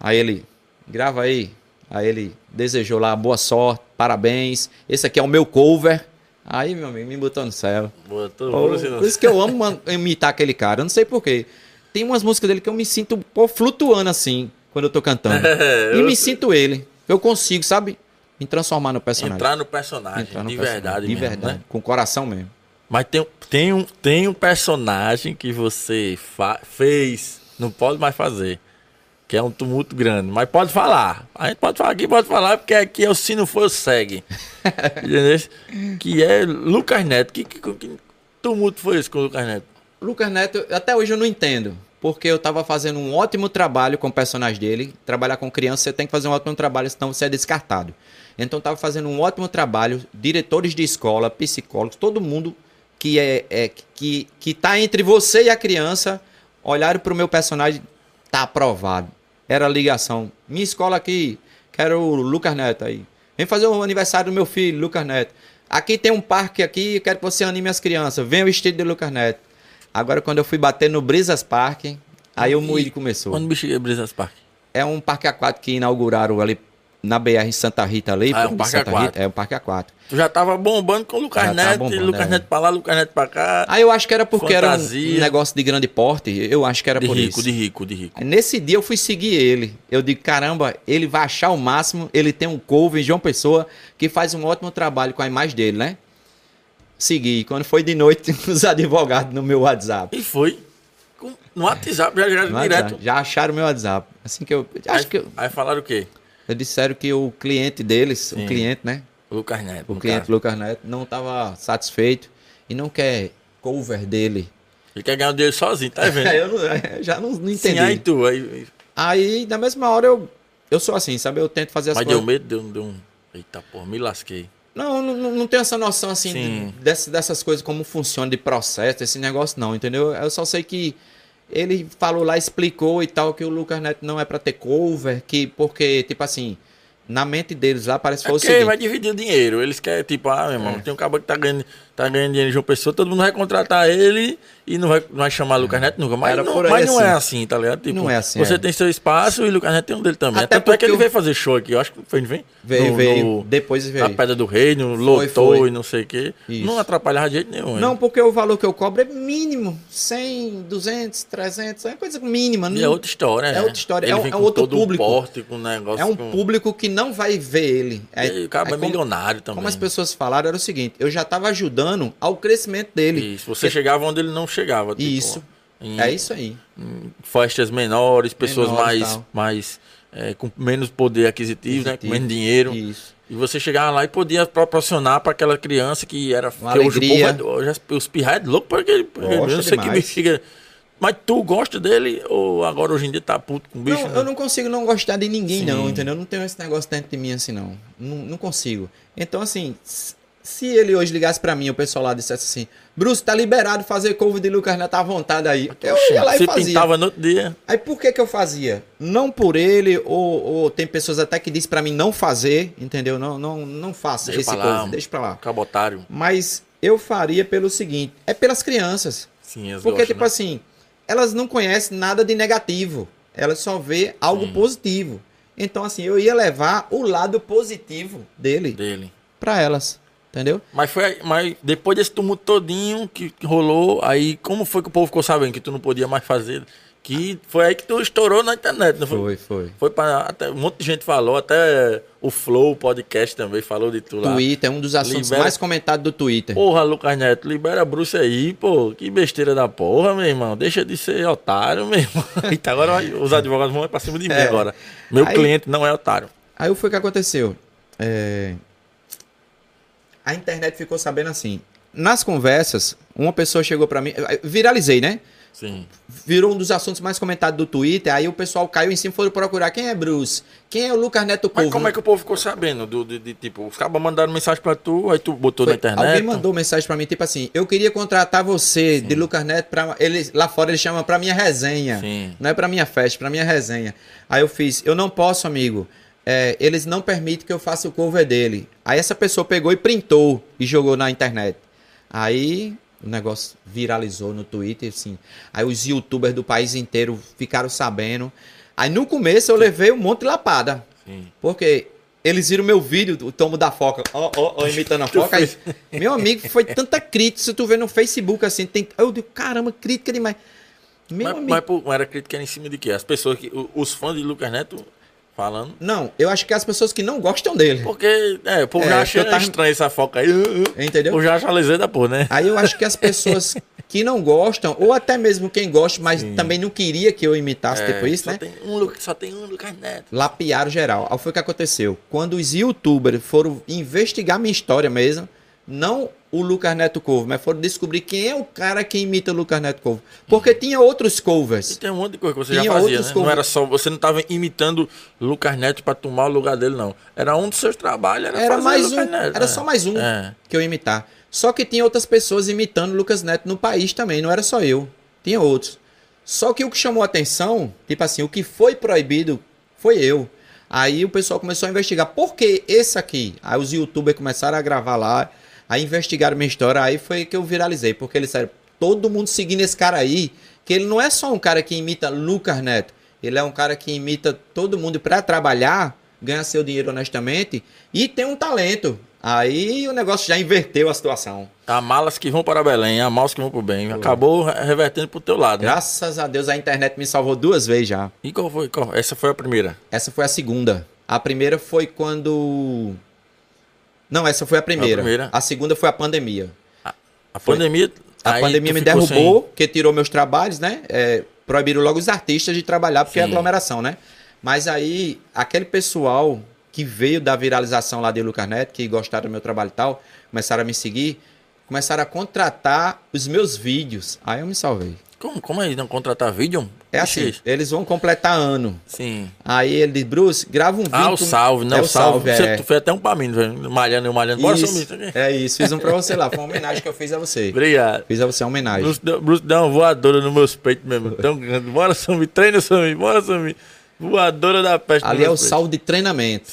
Aí ele, grava aí. Aí ele desejou lá boa sorte, parabéns. Esse aqui é o meu cover. Aí, meu amigo, me botou no céu. Botou, Pô, Luciano. Por isso que eu amo man- imitar aquele cara. Eu não sei porquê. Tem umas músicas dele que eu me sinto pô, flutuando assim quando eu tô cantando. É, E eu- me sinto ele. Eu consigo, sabe? Me transformar no personagem. Entrar no personagem, Entrar no de personagem. verdade De mesmo, verdade. né? Com o coração mesmo. Mas tem, tem, um, tem um personagem que você fa- fez, não pode mais fazer. Que é um tumulto grande. Mas pode falar. A gente pode falar aqui, pode falar, porque aqui é o se não for, eu segue. Entendeu? Que é Lucas Neto. Que, que- que tumulto foi esse com o Lucas Neto? Lucas Neto, até hoje eu não entendo. Porque eu tava fazendo um ótimo trabalho com o personagem dele. Trabalhar com criança, você tem que fazer um ótimo trabalho, senão você é descartado. Então eu tava fazendo um ótimo trabalho. Diretores de escola, psicólogos, todo mundo que é, é- que, que tá entre você e a criança, olharam pro meu personagem, tá aprovado. Era a ligação. Minha escola aqui, quero o Lucas Neto aí. Vem fazer o aniversário do meu filho, Lucas Neto. Aqui tem um parque aqui, quero que você anime as crianças. Vem o estilo de Lucas Neto. Agora quando eu fui bater no Brisas Park, aí o moído começou. Quando o bicho ia Brisas Park. É um parque aquático que inauguraram ali na BR em Santa Rita ali. Ah, é um perto de parque Santa Rita. aquático. É um parque aquático. Tu já tava bombando com o Lucas Já tava Neto, e bombando, Lucas é. Neto pra lá, Lucas Neto pra cá. Aí eu acho que era porque era um- Fantasia. um negócio de grande porte. Eu acho que era de É por rico, isso. de rico, de rico. Aí Nesse dia eu fui seguir ele. Eu digo, caramba, ele vai achar o máximo. Ele tem um cover em João Pessoa que faz um ótimo trabalho com a imagem dele, né? Segui. Quando foi de noite, os advogados no meu WhatsApp. E foi. Com- No WhatsApp, já, já No direto. WhatsApp. Já acharam meu WhatsApp. Assim que eu. Aí, Acho que eu, aí falaram o quê? eu disseram que o cliente deles, Sim. Um o cliente, né? Lucas Neto. O no cliente caso. Lucas Neto não estava satisfeito e não quer cover dele. Ele quer ganhar o dinheiro sozinho, tá vendo? eu, não- eu já não, não Sim, entendi. aí tu. Aí, Aí, na mesma hora, eu, eu sou assim, sabe? Eu tento fazer as mas deu coisas. medo, deu, deu um. Eita porra, me lasquei. Não, não, não- não tenho essa noção assim Sim. de- dessas, dessas coisas, como funciona de processo, esse negócio, não, entendeu? Eu só sei que ele falou lá, explicou e tal, que o Lucas Neto não é pra ter cover, que porque, tipo assim, na mente deles lá parece que É foi o porque seguinte. É. vai dividir o dinheiro. Eles querem, tipo, ah, meu irmão, tem um cabo que tá ganhando, tá ganhando dinheiro de uma pessoa, todo mundo vai contratar ele e não vai, não vai chamar Lucas Neto nunca. Mas, Era não, por aí mas não é assim. assim, tá ligado? Tipo, Não é assim, Você é. tem seu espaço e o Lucas Neto tem um dele também. Até Até porque porque ele o- veio fazer show aqui, eu acho que foi, não vem? Veio, No- veio. no- Depois na veio. Pedra do Reino, Foi, lotou foi. e não sei o quê. Isso. Não atrapalhava de jeito nenhum. Não, hein? porque o valor que eu cobro é mínimo. 100, 200, 300, é coisa mínima. E não- é outra história, né? É outra história, é Ele um- vem é com outro todo público. Um porte, com um negócio, É um com- público que não vai ver ele. É, E o cara é, é como- milionário também. Como as pessoas falaram, era o seguinte: eu já estava ajudando ao crescimento dele. Isso, você chegava onde ele não chegava. tipo, Isso. Em É isso aí. festas menores, pessoas Menores, mais, tal. mais é, com menos poder aquisitivo, né? Com Aquisitivo. menos dinheiro. Isso. E você chegava lá e podia proporcionar para aquela criança que era. Uma que hoje o alegria. povo é- hoje as- os pirrais é louco para aquele. porque eu não sei que demais. bexiga. Mas tu gosta dele ou agora hoje em dia tá puto com o bicho? Não, né? eu não consigo não gostar de ninguém, não, Sim. entendeu? Não tenho esse negócio dentro de mim assim, não. Não, não consigo. Então, assim, s- se ele hoje ligasse pra mim, o pessoal lá dissesse assim: Bruce, tá liberado fazer couve de Lucas Neto à vontade aí. Eu ia lá e Você fazia. pintava no outro dia. Aí por que que eu fazia? Não por ele, ou, ou tem pessoas até que dizem pra mim não fazer, entendeu? Não, não, não faça Deixa esse pra lá, coisa, mano. deixa pra lá. Cabotário. Mas eu faria pelo seguinte, é pelas crianças. Sim, as Porque, gostam, tipo né? assim, elas não conhecem nada de negativo. Elas só vê algo positivo. Então, assim, eu ia levar o lado positivo dele Dele. pra elas, entendeu? Mas foi, mas depois desse tumulto todinho que que rolou, aí como foi que o povo ficou sabendo que tu não podia mais fazer? Que foi aí que tu estourou na internet, não foi? Foi, foi. para até um monte de gente falou, até o Flow podcast também falou de tu lá. Twitter é um dos assuntos Libera- mais comentados do Twitter. Porra, Lucas Neto, libera a Bruce aí, pô. Que besteira da porra, meu irmão. Deixa de ser otário, meu irmão. Eita, agora vai- os advogados vão pra cima de mim É. agora. Meu Aí- cliente não é otário. Aí foi o que aconteceu. É, A internet ficou sabendo assim. nas conversas, uma pessoa chegou pra mim, viralizei, né? Sim. virou um dos assuntos mais comentados do Twitter. Aí o pessoal caiu em cima e foram procurar quem é Bruce, quem é o Lucas Neto Mas Corvo. como é que o povo ficou sabendo? Do, de, de, tipo, os cabas mandaram mensagem pra tu, aí tu botou na internet. Alguém mandou mensagem pra mim, tipo assim, eu queria contratar você de Lucas Neto pra. Ele, lá fora ele chama pra minha resenha. Sim. Não é pra minha festa, pra minha resenha. Aí eu fiz, eu não posso, amigo. É, eles não permitem que eu faça o cover dele. Aí essa pessoa pegou e printou e jogou na internet. Aí o negócio viralizou no Twitter, assim. Aí os youtubers do país inteiro ficaram sabendo. Aí no começo eu levei um monte de lapada. Sim. Porque eles viram meu vídeo, o tomo da foca, ó, ó, ó, imitando a Tu foca. Aí, meu amigo, foi tanta crítica, se tu vê no Facebook assim, tem, eu digo, caramba, crítica demais. Meu Mas, amigo. mas pô, era crítica em cima de quê? As pessoas que. o- Os fãs de Lucas Neto falando. Não, eu acho que as pessoas que não gostam dele. Porque, é, o povo É, já acho que eu acha tava- estranho essa foca aí. Uh, uh. Entendeu? Ah, O povo já acha lezeira da porra, né? Aí eu acho que as pessoas que não gostam, ou até mesmo quem gosta, mas também não queria que eu imitasse, tipo isso, só né? Tem um, Lu- só tem um Lucas Neto. Lapiaram geral. Aí foi o que aconteceu. Quando os youtubers foram investigar minha história mesmo, não o Lucas Neto Corvo, mas foram descobrir quem é o cara que imita o Lucas Neto Corvo. Porque tinha outros E covers. tem um monte de coisa que você Tinha já fazia, outros né? conv- Não era só. Você não tava imitando Lucas Neto pra tomar o lugar dele, não. Era um dos seus trabalhos, era, Era fazer mais um, Lucas Neto, era né? só mais um É. que eu ia imitar. Só que tinha outras pessoas imitando o Lucas Neto no país também, não era só eu. Tinha outros. Só que o que chamou a atenção, tipo assim, o que foi proibido foi eu. Aí o pessoal começou a investigar. Por que esse aqui? Aí os youtubers começaram a gravar lá, aí investigaram minha história, aí foi que eu viralizei. Porque eles disseram, todo mundo seguindo esse cara aí, que ele não é só um cara que imita Lucas Neto. Ele é um cara que imita todo mundo pra trabalhar, ganhar seu dinheiro honestamente e tem um talento. Aí o negócio já inverteu a situação. Há Tá, malas que vão para Belém, há maus que vão pro bem. Acabou re- revertendo pro teu lado, né? Graças a Deus a internet me salvou duas vezes já. E qual foi? Qual? Essa foi a primeira. Essa foi a segunda. A primeira foi quando. Não, essa foi a primeira. A primeira. segunda foi a pandemia. A pandemia. tá A aí pandemia tu me ficou derrubou, sem- que tirou meus trabalhos, né? É, proibiram logo os artistas de trabalhar, porque é Sim. aglomeração, né? Mas aí, aquele pessoal que veio da viralização lá de Lucas Neto, que gostaram do meu trabalho e tal, começaram a me seguir, começaram a contratar os meus vídeos. Aí eu me salvei. Como, como é isso? Não contratar vídeo? É Ixi, assim, eles vão completar ano. Sim. Aí ele diz, Bruce, grava um vídeo. Ah, o salve, né? É o salve. Você- é. Tu fez até um pra mim, velho. Malhando, eu malhando. Bora Isso, sumir. tá aqui. é isso, fiz um pra você lá. Foi uma homenagem que eu fiz a você. Obrigado. Fiz a você uma homenagem. Bruce deu, Bruce deu uma voadora nos meus peitos mesmo. Tão grande. Bora sumir. Treina sumir. Bora sumir. Voadora da peste. Ali nos é o meus saldo de treinamento.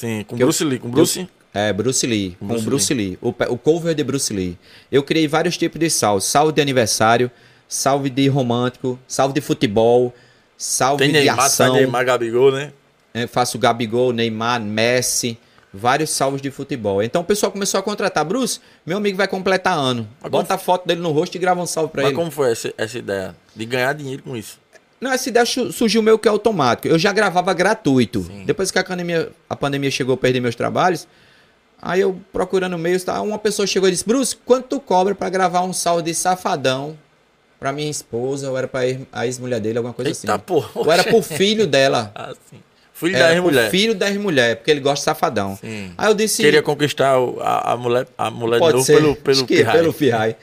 peitos. Sim, com Que eu- Bruce Lee. Com Bruce. É, Bruce Lee. Com Bruce Bruce Lee. O, pe- o cover é de Bruce Lee. Eu criei vários tipos de salve. Salve de aniversário, salve de romântico, salve de futebol, salve Tem de Neymar, faz ação. Neymar Gabigol, né? Eu faço Gabigol, Neymar, Messi, vários salvos de futebol. Então o pessoal começou a contratar. Bruce, meu amigo vai completar ano. Mas Bota a foto dele no rosto e grava um salve pra Mas ele. como foi essa, essa ideia? De ganhar dinheiro com isso. Não, essa ideia su- surgiu meio que automático. Eu já gravava gratuito. Depois que a pandemia, a pandemia chegou, eu perdi meus trabalhos. Aí eu procurando meios, tá? uma pessoa chegou e disse: Bruce, quanto tu cobra pra gravar um salve de safadão pra minha esposa, ou era pra ex- a ex-mulher dele, alguma coisa Eita, assim? porra. Ou era pro filho dela. Ah, sim. Filho Era da mulher. pro filho da mulher, porque ele gosta de safadão. Sim. Aí eu disse: Queria conquistar o- a, a mulher, a mulher de Pode novo ser. pelo, Acho pelo que pirraia. pelo Pirrai.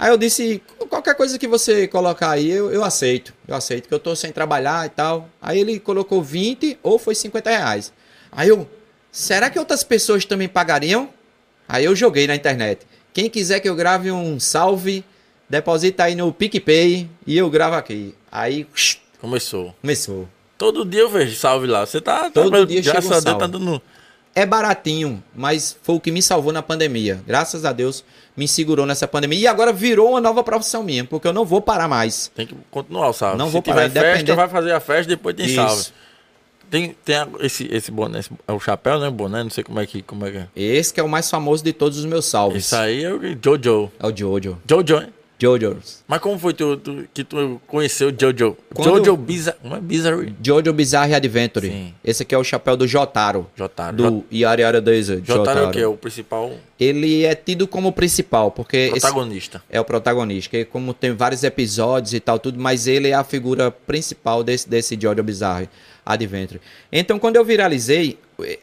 Aí eu disse, qualquer coisa que você colocar aí, eu, eu aceito. Eu aceito, que eu tô sem trabalhar e tal. Aí ele colocou 20 ou foi 50 reais. Aí eu, será que outras pessoas também pagariam? Aí eu joguei na internet. Quem quiser que eu grave um salve, deposita aí no PicPay e eu gravo aqui. Aí Começou. começou. Todo dia eu vejo salve lá. Você tá. tá Todo pra- dia graças chega um a Deus salve. tá dando. É baratinho, mas foi o que me salvou na pandemia. Graças a Deus me segurou nessa pandemia. E agora virou uma nova profissão minha, porque eu não vou parar mais. Tem que continuar o salve. Não Se vou tiver parar, festa, independente- vai fazer a festa, depois tem Isso. salve. Tem, tem a- esse, esse boné, esse- é o chapéu, né? Boné, não sei como é que, como é, que é. Esse que é o mais famoso de todos os meus salves. Isso aí é o Jojo. É o Jojo. Jojo, hein? Jojo. Mas como foi tu, tu- que tu conheceu o Jojo? Quando- Jojo Bizar... Não é Bizarre? Jojo Bizarre Adventure. Sim. Esse aqui é o chapéu do Jotaro. Jotaro. Do Yari Yara Desert. Jotaro é o que? É o principal Ele é tido como principal, porque esse protagonista. é o protagonista. Que como tem vários episódios e tal, tudo, mas ele é a figura principal desse, desse Jojo Bizarre Adventure. Então, quando eu viralizei,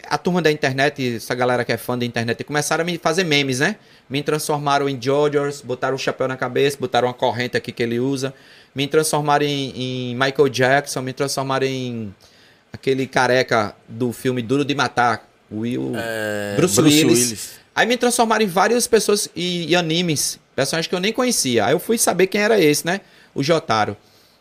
a turma da internet, essa galera que é fã da internet, começaram a me fazer memes, né? Me transformaram em Jodgers, botaram o chapéu na cabeça, botaram uma corrente aqui que ele usa, me transformaram em, em Michael Jackson, me transformaram em aquele careca do filme Duro de Matar, Will. É, Bruce, Willis. Aí me transformaram em várias pessoas e, e animes, personagens que eu nem conhecia. Aí eu fui saber quem era esse, né? O Jotaro.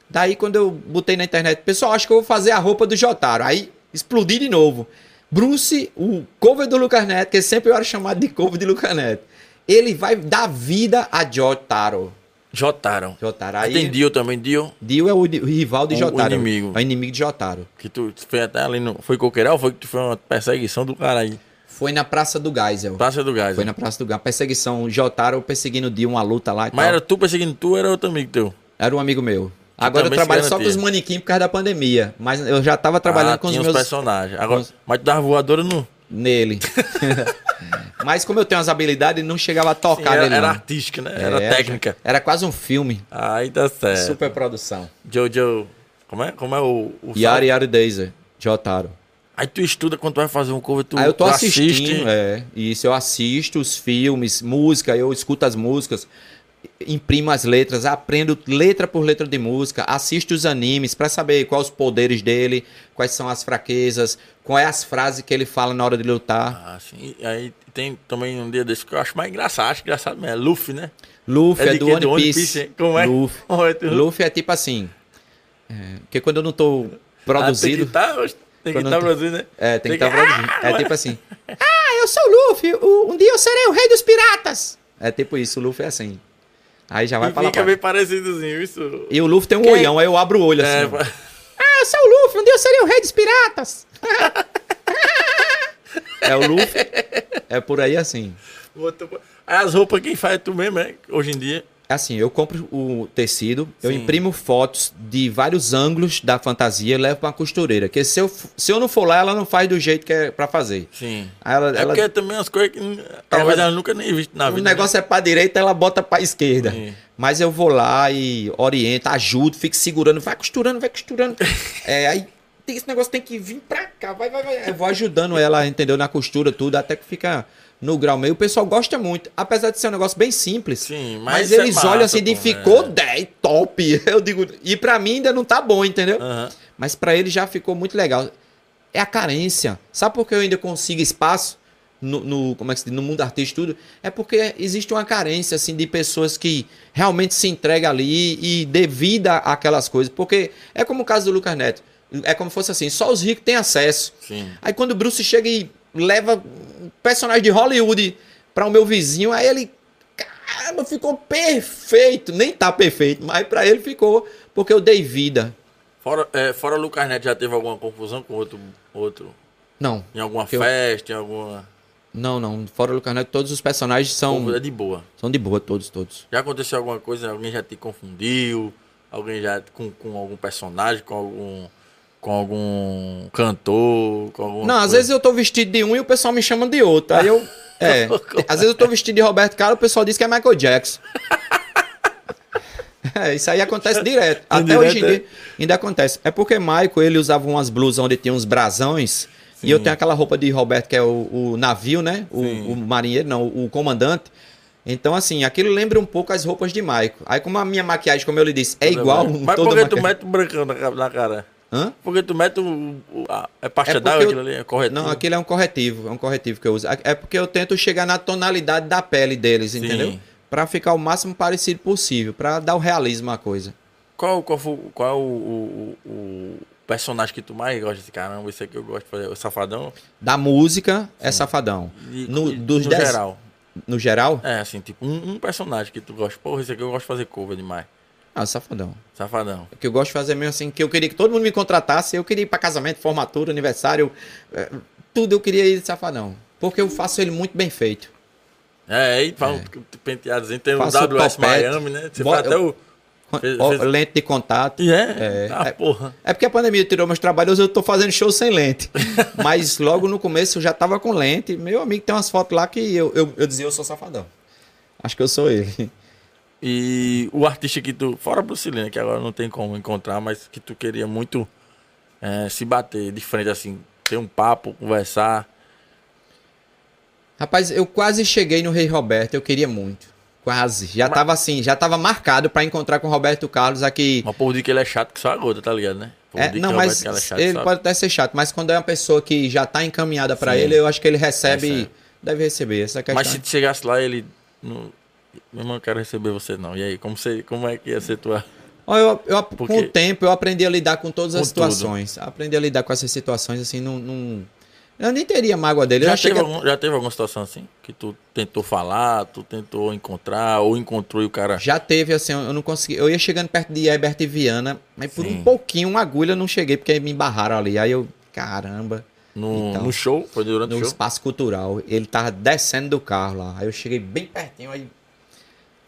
Daí quando eu botei na internet, pessoal, acho que eu vou fazer a roupa do Jotaro. Aí explodi de novo. Bruce, o cover do Lucas Neto, que sempre eu era chamado de cover de Lucas Neto. Ele vai dar vida a Jotaro. Jotaram. Jotaro. Aí tem Aí, Dio também, Dio. Dio é o, di- o rival de O- o Jotaro. inimigo. É o inimigo de Jotaro. Que tu foi até ali no. Foi Coqueiral? Foi que tu foi uma perseguição do cara aí. Foi na Praça do Geisel. Praça do Gás. né? Foi na Praça do Geisel. Perseguição, Jotaro perseguindo Dio, uma luta lá e Mas tal. era tu perseguindo tu, era outro amigo teu. Era um amigo meu. Agora eu também se trabalho só com os garantia. manequins por causa da pandemia. Mas eu já tava trabalhando Ah, com os tinha meus. personagens. Agora, com os- Mas tu dava voadora no. Nele. mas como eu tenho as habilidades, não chegava a Sim, tocar era, nele. era não. artística, né? Era É, técnica. Era quase um filme. Aí tá certo. Super produção. Jojo. Como é, como é o. o Yari Yari Daisy, Jotaro. Aí tu estuda quando tu vai fazer um cover, tu, Aí eu tô tu assistindo, assiste. é. Isso, eu assisto os filmes, música, eu escuto as músicas, imprimo as letras, aprendo letra por letra de música, assisto os animes pra saber quais os poderes dele, quais são as fraquezas, quais as frases que ele fala na hora de lutar. Ah, sim. E Aí tem também um dia desse que eu acho mais engraçado, acho engraçado mesmo. É Luffy, né? Luffy É é, de do, quê? One Piece. hein? Como é? Luffy. Como é tu- Luffy é tipo assim. É, porque quando eu não tô Ah, produzido. tem que tá, hoje- tem que Quando tá tem- produzindo, né? É, tem que estar Tem que- produzindo. Ah, É ué. tipo assim. Ah, eu sou o Luffy, o- um dia eu serei o rei dos piratas. É tipo isso, o Luffy é assim. Aí já vai E pra lá. fica pra- bem parecidozinho, isso. E o Luffy tem um Quem- olhão, aí eu abro o olho assim. É, ó. Ah, eu sou o Luffy, um dia eu serei o rei dos piratas. é o Luffy. É por aí assim. botou- As roupas quem faz é tu mesmo, é? Hoje em dia. Assim, eu compro o tecido, eu Sim. imprimo fotos de vários ângulos da fantasia e levo pra costureira. Porque se eu, f- se eu não for lá, ela não faz do jeito que é pra fazer. Sim. Aí ela, É ela- porque também as coisas que hum, talvez ela nunca nem visto na o vida. né? negócio é pra direita, ela bota pra esquerda. Sim. Mas eu vou lá e oriento, ajudo, fico segurando, vai costurando, vai costurando. é, aí tem- esse negócio tem que vir pra cá, vai, vai, vai. Eu vou ajudando ela, entendeu? Na costura, tudo, até que fica no grau meio. O pessoal gosta muito, apesar de ser um negócio bem simples. Sim, mas mas isso é eles massa, olham assim de pô, ficou é. 10, top. Eu digo, e pra mim ainda não tá bom, entendeu? Aham. Mas pra ele já ficou muito legal. É a carência. Sabe por que eu ainda consigo espaço no, no- como é que se diz, no mundo artístico e tudo? É porque existe uma carência assim de pessoas que realmente se entregam ali e dê vida àquelas coisas. Porque é como o caso do Lucas Neto. É como se fosse assim, só os ricos têm acesso. Sim. Aí quando o Bruce chega e leva um personagem de Hollywood pra o meu vizinho, aí ele. Caramba, ficou perfeito. Nem tá perfeito, mas pra ele ficou. Porque eu dei vida. Fora, é, fora Lucas Neto, já teve alguma confusão com outro. outro Não, em alguma Que eu- festa, em alguma. Não, não. Fora o Lucas Neto, todos os personagens são, É de boa. são de boa, todos, todos. Já aconteceu alguma coisa, alguém já te confundiu, alguém já com, com algum personagem, com algum com algum cantor, com alguma Não, às vezes eu tô vestido de um e o pessoal me chama de outro. Aí eu. É. Às vezes eu tô vestido de Roberto Carlos, o pessoal diz que é Michael Jackson. É, isso aí acontece direto. Até Indireto, hoje em dia ainda acontece. É porque Michael, ele usava umas blusas onde tinha uns brasões. E eu tenho aquela roupa de Roberto, que é o, o navio, né? O, Sim. o marinheiro, não, o comandante. Então, assim, aquilo lembra um pouco as roupas de Michael. Aí, como a minha maquiagem, como eu lhe disse, é igual. Mas toda por que tu maquiagem- mete o brancão na, ca- na cara? Hã? Por que tu mete o. o- a- é É pasta porque d'água eu- aquilo ali? É correto? Não, aquilo é um corretivo, é um corretivo que eu uso. É porque eu tento chegar na tonalidade da pele deles, entendeu? Pra ficar o máximo parecido possível, pra dar o realismo à coisa. Qual, qual, foi, qual é o, o, o- o personagem que tu mais gosta de caramba? Esse aqui eu gosto de fazer, o Safadão. Da música é safadão. E, No- e- dos no dez- geral. No geral, É, assim, tipo, um, um personagem que tu gosta. Porra, esse aqui eu gosto de fazer cover demais. ah, safadão. Safadão. O que eu gosto de fazer mesmo assim, que eu queria que todo mundo me contratasse, eu queria ir pra casamento, formatura, aniversário, eh, tudo eu queria ir de safadão. Porque eu faço ele muito bem feito. É, aí fala um penteadozinho. Tem o Faço o WS topete. Miami, né? Você Bota- faz até o. Fez- Ó, fez- Lente de contato. E é? É. Ah, É. porra. É porque a pandemia tirou meus trabalhos, eu tô fazendo show sem lente. Mas logo no começo eu já tava com lente. Meu amigo tem umas fotos lá que eu, eu, eu dizia eu sou safadão. Acho que eu sou ele. E o artista que tu. Fora Bruce Lee, né, que agora não tem como encontrar, mas que tu queria muito eh, se é, bater de frente, assim. ter um papo, conversar. Rapaz, eu quase cheguei no Rei Roberto, eu queria muito. Quase. Já Mas- tava assim, já tava marcado pra encontrar com o Roberto Carlos aqui. Mas o povo diz que ele é chato que só a gota, tá ligado, né? O povo É, diz que não, o mas Roberto Carlos é chato que ele só a pode até ser chato, mas quando é uma pessoa que já tá encaminhada pra Sim. ele, eu acho que ele recebe, Recebe. deve receber essa questão. Mas se tu chegasse lá, ele. Não, meu irmão, eu quero receber você não. E aí, como, você, como é que ia ser tua. Ó, eu- eu- com Porque- o tempo eu aprendi a lidar com todas as Com tudo. situações. Aprendi a lidar com essas situações assim, não, não- eu nem teria mágoa dele. Eu é Já, já cheguei teve algum- já teve alguma situação assim? Que tu tentou falar, tu tentou encontrar, ou encontrou e o cara. Já teve, assim, eu não consegui. Eu ia chegando perto de Herbert e Viana, mas por Sim. um pouquinho, uma agulha eu não cheguei, porque me embarraram ali. Aí eu, caramba, No, Então. no show? Foi durante no o show? espaço cultural. Ele tava descendo do carro lá. Aí eu cheguei bem pertinho, aí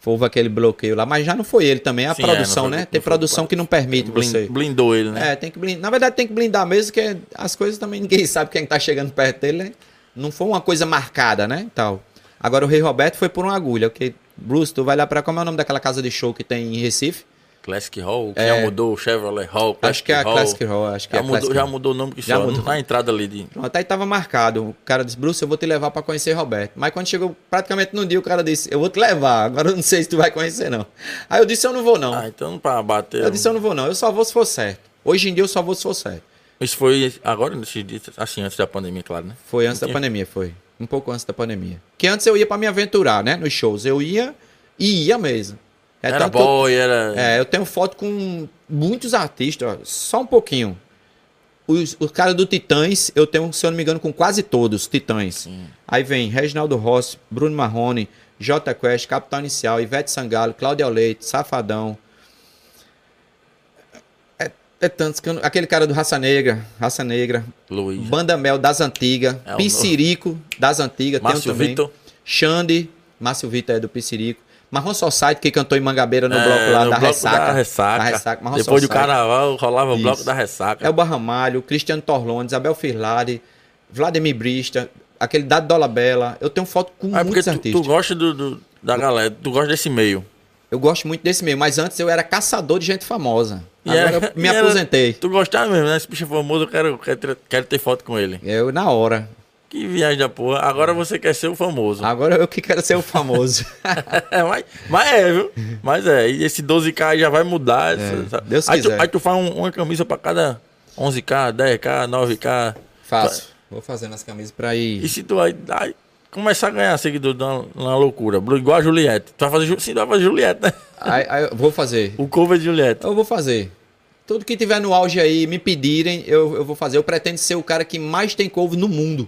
houve aquele bloqueio lá. Mas já não foi ele também, é a Sim, é, produção, não foi- né? não Tem foi produção culpado. que não permite Blin- você. blindou ele, né? É, tem que blindar. Na verdade, tem que blindar mesmo, que é, as coisas também ninguém sabe quem tá chegando perto dele, né? Não foi uma coisa marcada, né? e Tal. Agora o Rei Roberto foi por uma agulha, porque Bruce, tu vai lá pra. Como é o nome daquela casa de show que tem em Recife? Classic Hall, que já mudou, o Chevrolet Hall. É. acho que é a Classic Hall, acho que já, é a mudou, Classic já Hall. mudou o nome que Já só. mudou. Na entrada ali de. Pronto, aí tava marcado. O cara disse, Bruce, eu vou te levar pra conhecer Roberto. Mas quando chegou praticamente no dia, o cara disse, eu vou te levar, agora eu não sei se tu vai conhecer, não. Aí eu disse, eu não vou, não. é Ah, então pra bater. eu disse, eu não vou, não. Eu só vou se for certo. Hoje em dia eu só vou se for certo. Isso foi agora, nesses dias, assim, antes da pandemia, claro, né? Foi antes da pandemia, foi. Um pouco antes da pandemia. Que antes eu ia pra me aventurar, né? Nos shows. Eu ia e ia mesmo. É era tanto que eu- boy, era. é, eu tenho foto com muitos artistas, ó, só um pouquinho. Os, o cara do Titãs, eu tenho, se eu não me engano, com quase todos, Titãs. Aí vem Reginaldo Rossi, Bruno Marrone, J Quest, Capital Inicial, Ivete Sangalo, Cláudia Leite, Safadão. É, é tantos que eu, não- Aquele cara do Raça Negra, Raça Negra, Luiz. Banda Mel das Antigas, É, o Piscirico das Antigas, tem um Márcio também. Vitor. Xande, Márcio Vitor é do Piscirico. Marrom Society, que cantou em Mangabeira no É, bloco lá no da, bloco ressaca, da ressaca. Da ressaca. Marrom Depois do Society. carnaval rolava o bloco Isso. da É ressaca. Elba Ramalho, Cristiano Torlone, Isabel Firlari, Vladimir Brista, aquele Dado Dolabella. Eu tenho foto com Ah, é porque muitos tu, tu artistas. gosta do, do- da galera, tu gosta desse meio. Eu gosto muito desse meio, mas antes eu era caçador de gente famosa. E Agora era- eu me e era- aposentei. Tu gostava mesmo, né? Esse bicho é famoso, eu quero, quero, ter- quero ter foto com ele. Eu na hora. Que viagem da porra. É. Agora você quer ser o famoso. Agora eu que quero ser o famoso. É, mas, mas é, viu? Mas é, e esse 12K aí já vai mudar. essa- essa- É, Deus aí, tu, quiser. aí tu faz um- uma camisa pra cada 11K, 10K, 9K. Faço. Vou fazendo as camisas pra ir. E se tu aí, aí começar a ganhar seguidor na, na loucura, Bruno, igual a Juliette. Tu vai fazer, Ju- sim, tu vai fazer Juliette, né? Aí- aí eu vou fazer. O cover de Juliette. Eu vou fazer. Tudo que tiver no auge aí, me pedirem, eu, eu vou fazer. Eu pretendo ser o cara que mais tem couve no mundo.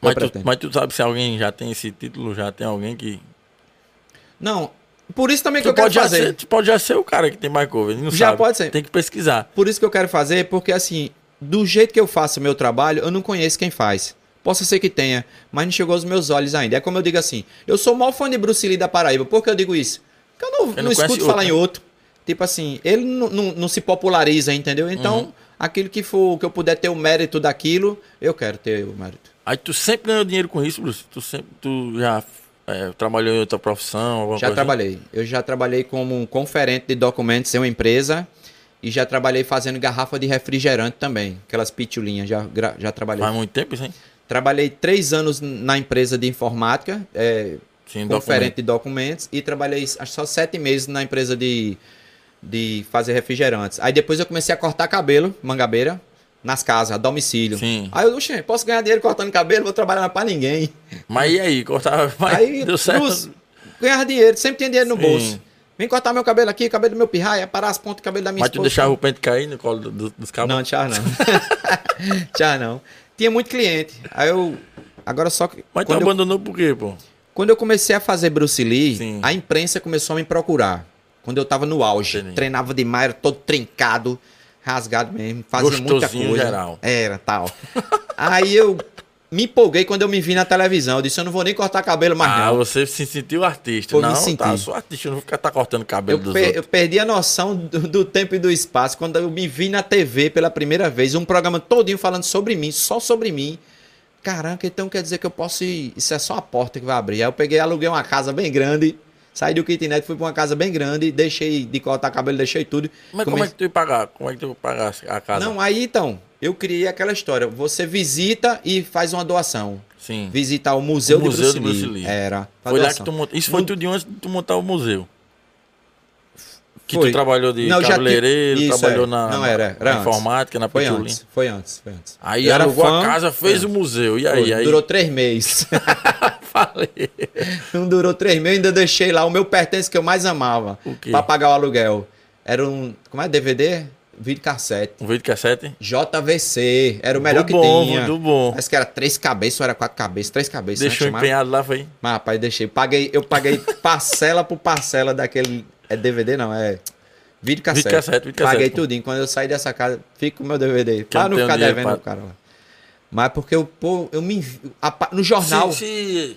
Mas eu tu, pretendo. mas tu sabe se alguém já tem esse título, já tem alguém que. Não, por isso também que Tu eu quero pode, já fazer. ser, tu pode já ser o cara que tem mais cover. Não Já sabe. pode ser. Tem que pesquisar. Por isso que eu quero fazer, porque assim, do jeito que eu faço o meu trabalho, eu não conheço quem faz. Posso ser que tenha, mas não chegou aos meus olhos ainda. É como eu digo assim, eu sou o maior fã de Bruce Lee da Paraíba. Por que eu digo isso? Porque eu não, não não escuto conhece falar outro. em outro. Tipo assim, ele não, não- não se populariza, entendeu? Então, Uhum. aquilo que for, que eu puder ter o mérito daquilo, eu quero ter o mérito. Aí tu sempre ganhou dinheiro com isso, Bruce. Tu sempre tu já é, trabalhou em outra profissão, alguma coisa Já assim? trabalhei. Eu já trabalhei como um conferente de documentos em uma empresa e já trabalhei fazendo garrafa de refrigerante também, aquelas pitulinhas, já, gra- já assim? trabalhei. Faz muito tempo, isso, hein? Trabalhei três anos n- na empresa de informática, é, Sim, conferente de documentos, e trabalhei acho, só sete meses na empresa de, de fazer refrigerantes. Aí depois eu comecei a cortar cabelo, mangabeira, nas casas, a domicílio. Sim. Aí eu, oxe, posso ganhar dinheiro cortando cabelo, vou trabalhar mais pra ninguém. Mas e aí, cortava. Mas Aí, deu certo. Bruce, ganhava dinheiro, sempre tinha dinheiro no Sim. bolso. Vem cortar meu cabelo aqui, cabelo do meu pirraia, parar as pontas do cabelo da minha mas tu esposa. deixava o pente cair no colo do- do- dos cabos. Não, tchau não. tchau não. Tinha muito cliente. Aí eu. Agora só que. Mas tu quando eu abandonou por quê, pô? Quando eu comecei a fazer Bruce Lee, Sim. a imprensa começou a me procurar. Quando eu tava no auge. Entendi. Treinava demais, era todo trincado, rasgado mesmo, fazia muita Gostosinho coisa. geral. Era, tal. Aí eu me empolguei quando eu me vi na televisão. Eu disse, eu não vou nem cortar cabelo mais Ah, não. você se sentiu artista. Pô, me não, tá, senti. sou artista, eu não vou ficar tá cortando cabelo Eu, dos per- outros. eu perdi a noção do, do tempo e do espaço quando eu me vi na TV pela primeira vez, um programa todinho falando sobre mim, só sobre mim. Caraca, então quer dizer que eu posso ir. Isso é só a porta que vai abrir. Aí eu peguei, aluguei uma casa bem grande, Saí do kitnet, fui pra uma casa bem grande, deixei de cortar cabelo, deixei tudo. Mas como é Comecei- que tu ia pagar? Como é que tu ia pagar a casa? Não, aí então, eu criei aquela história. Você visita e faz uma doação. Sim. Visitar o Museu, Hum. O Museu de do Bruce Lee. Bruce Lee. Era. pra Foi lá doação. que tu montou. Isso foi Não- tudo de antes de tu montar o museu. Que Foi. tu trabalhou de Não, já ti- cabeleireiro, Isso, trabalhou é. na, Não, era- era na antes. informática, na Foi Petulin. antes, foi antes, foi antes. Aí Eu era alugou fã, É. a casa, fez o museu. E aí? foi, aí Durou três meses. falei. Não durou três meses, ainda deixei lá o meu pertence que eu mais amava. O quê? Pra pagar o aluguel. Era um. Como é? DVD? Vídeo cassete. Um vídeo cassete? JVC. Era o melhor do que bom, tinha. Do bom. Parece que era três cabeças ou era quatro cabeças, três cabeças. né? Deixou Chamava- empenhado lá, foi. Mas, rapaz, deixei. Paguei, eu paguei parcela por parcela daquele. É DVD, não, é. Vídeo cassete. Vídeo cassete, vídeo cassete, Paguei pô. tudinho. Quando eu saí dessa casa, fica o meu DVD. eu Pra não não tenho ficar dinheiro devendo pra- o cara lá. Mas é porque eu, pô, eu me. envi- a pa- no jornal. Se, se...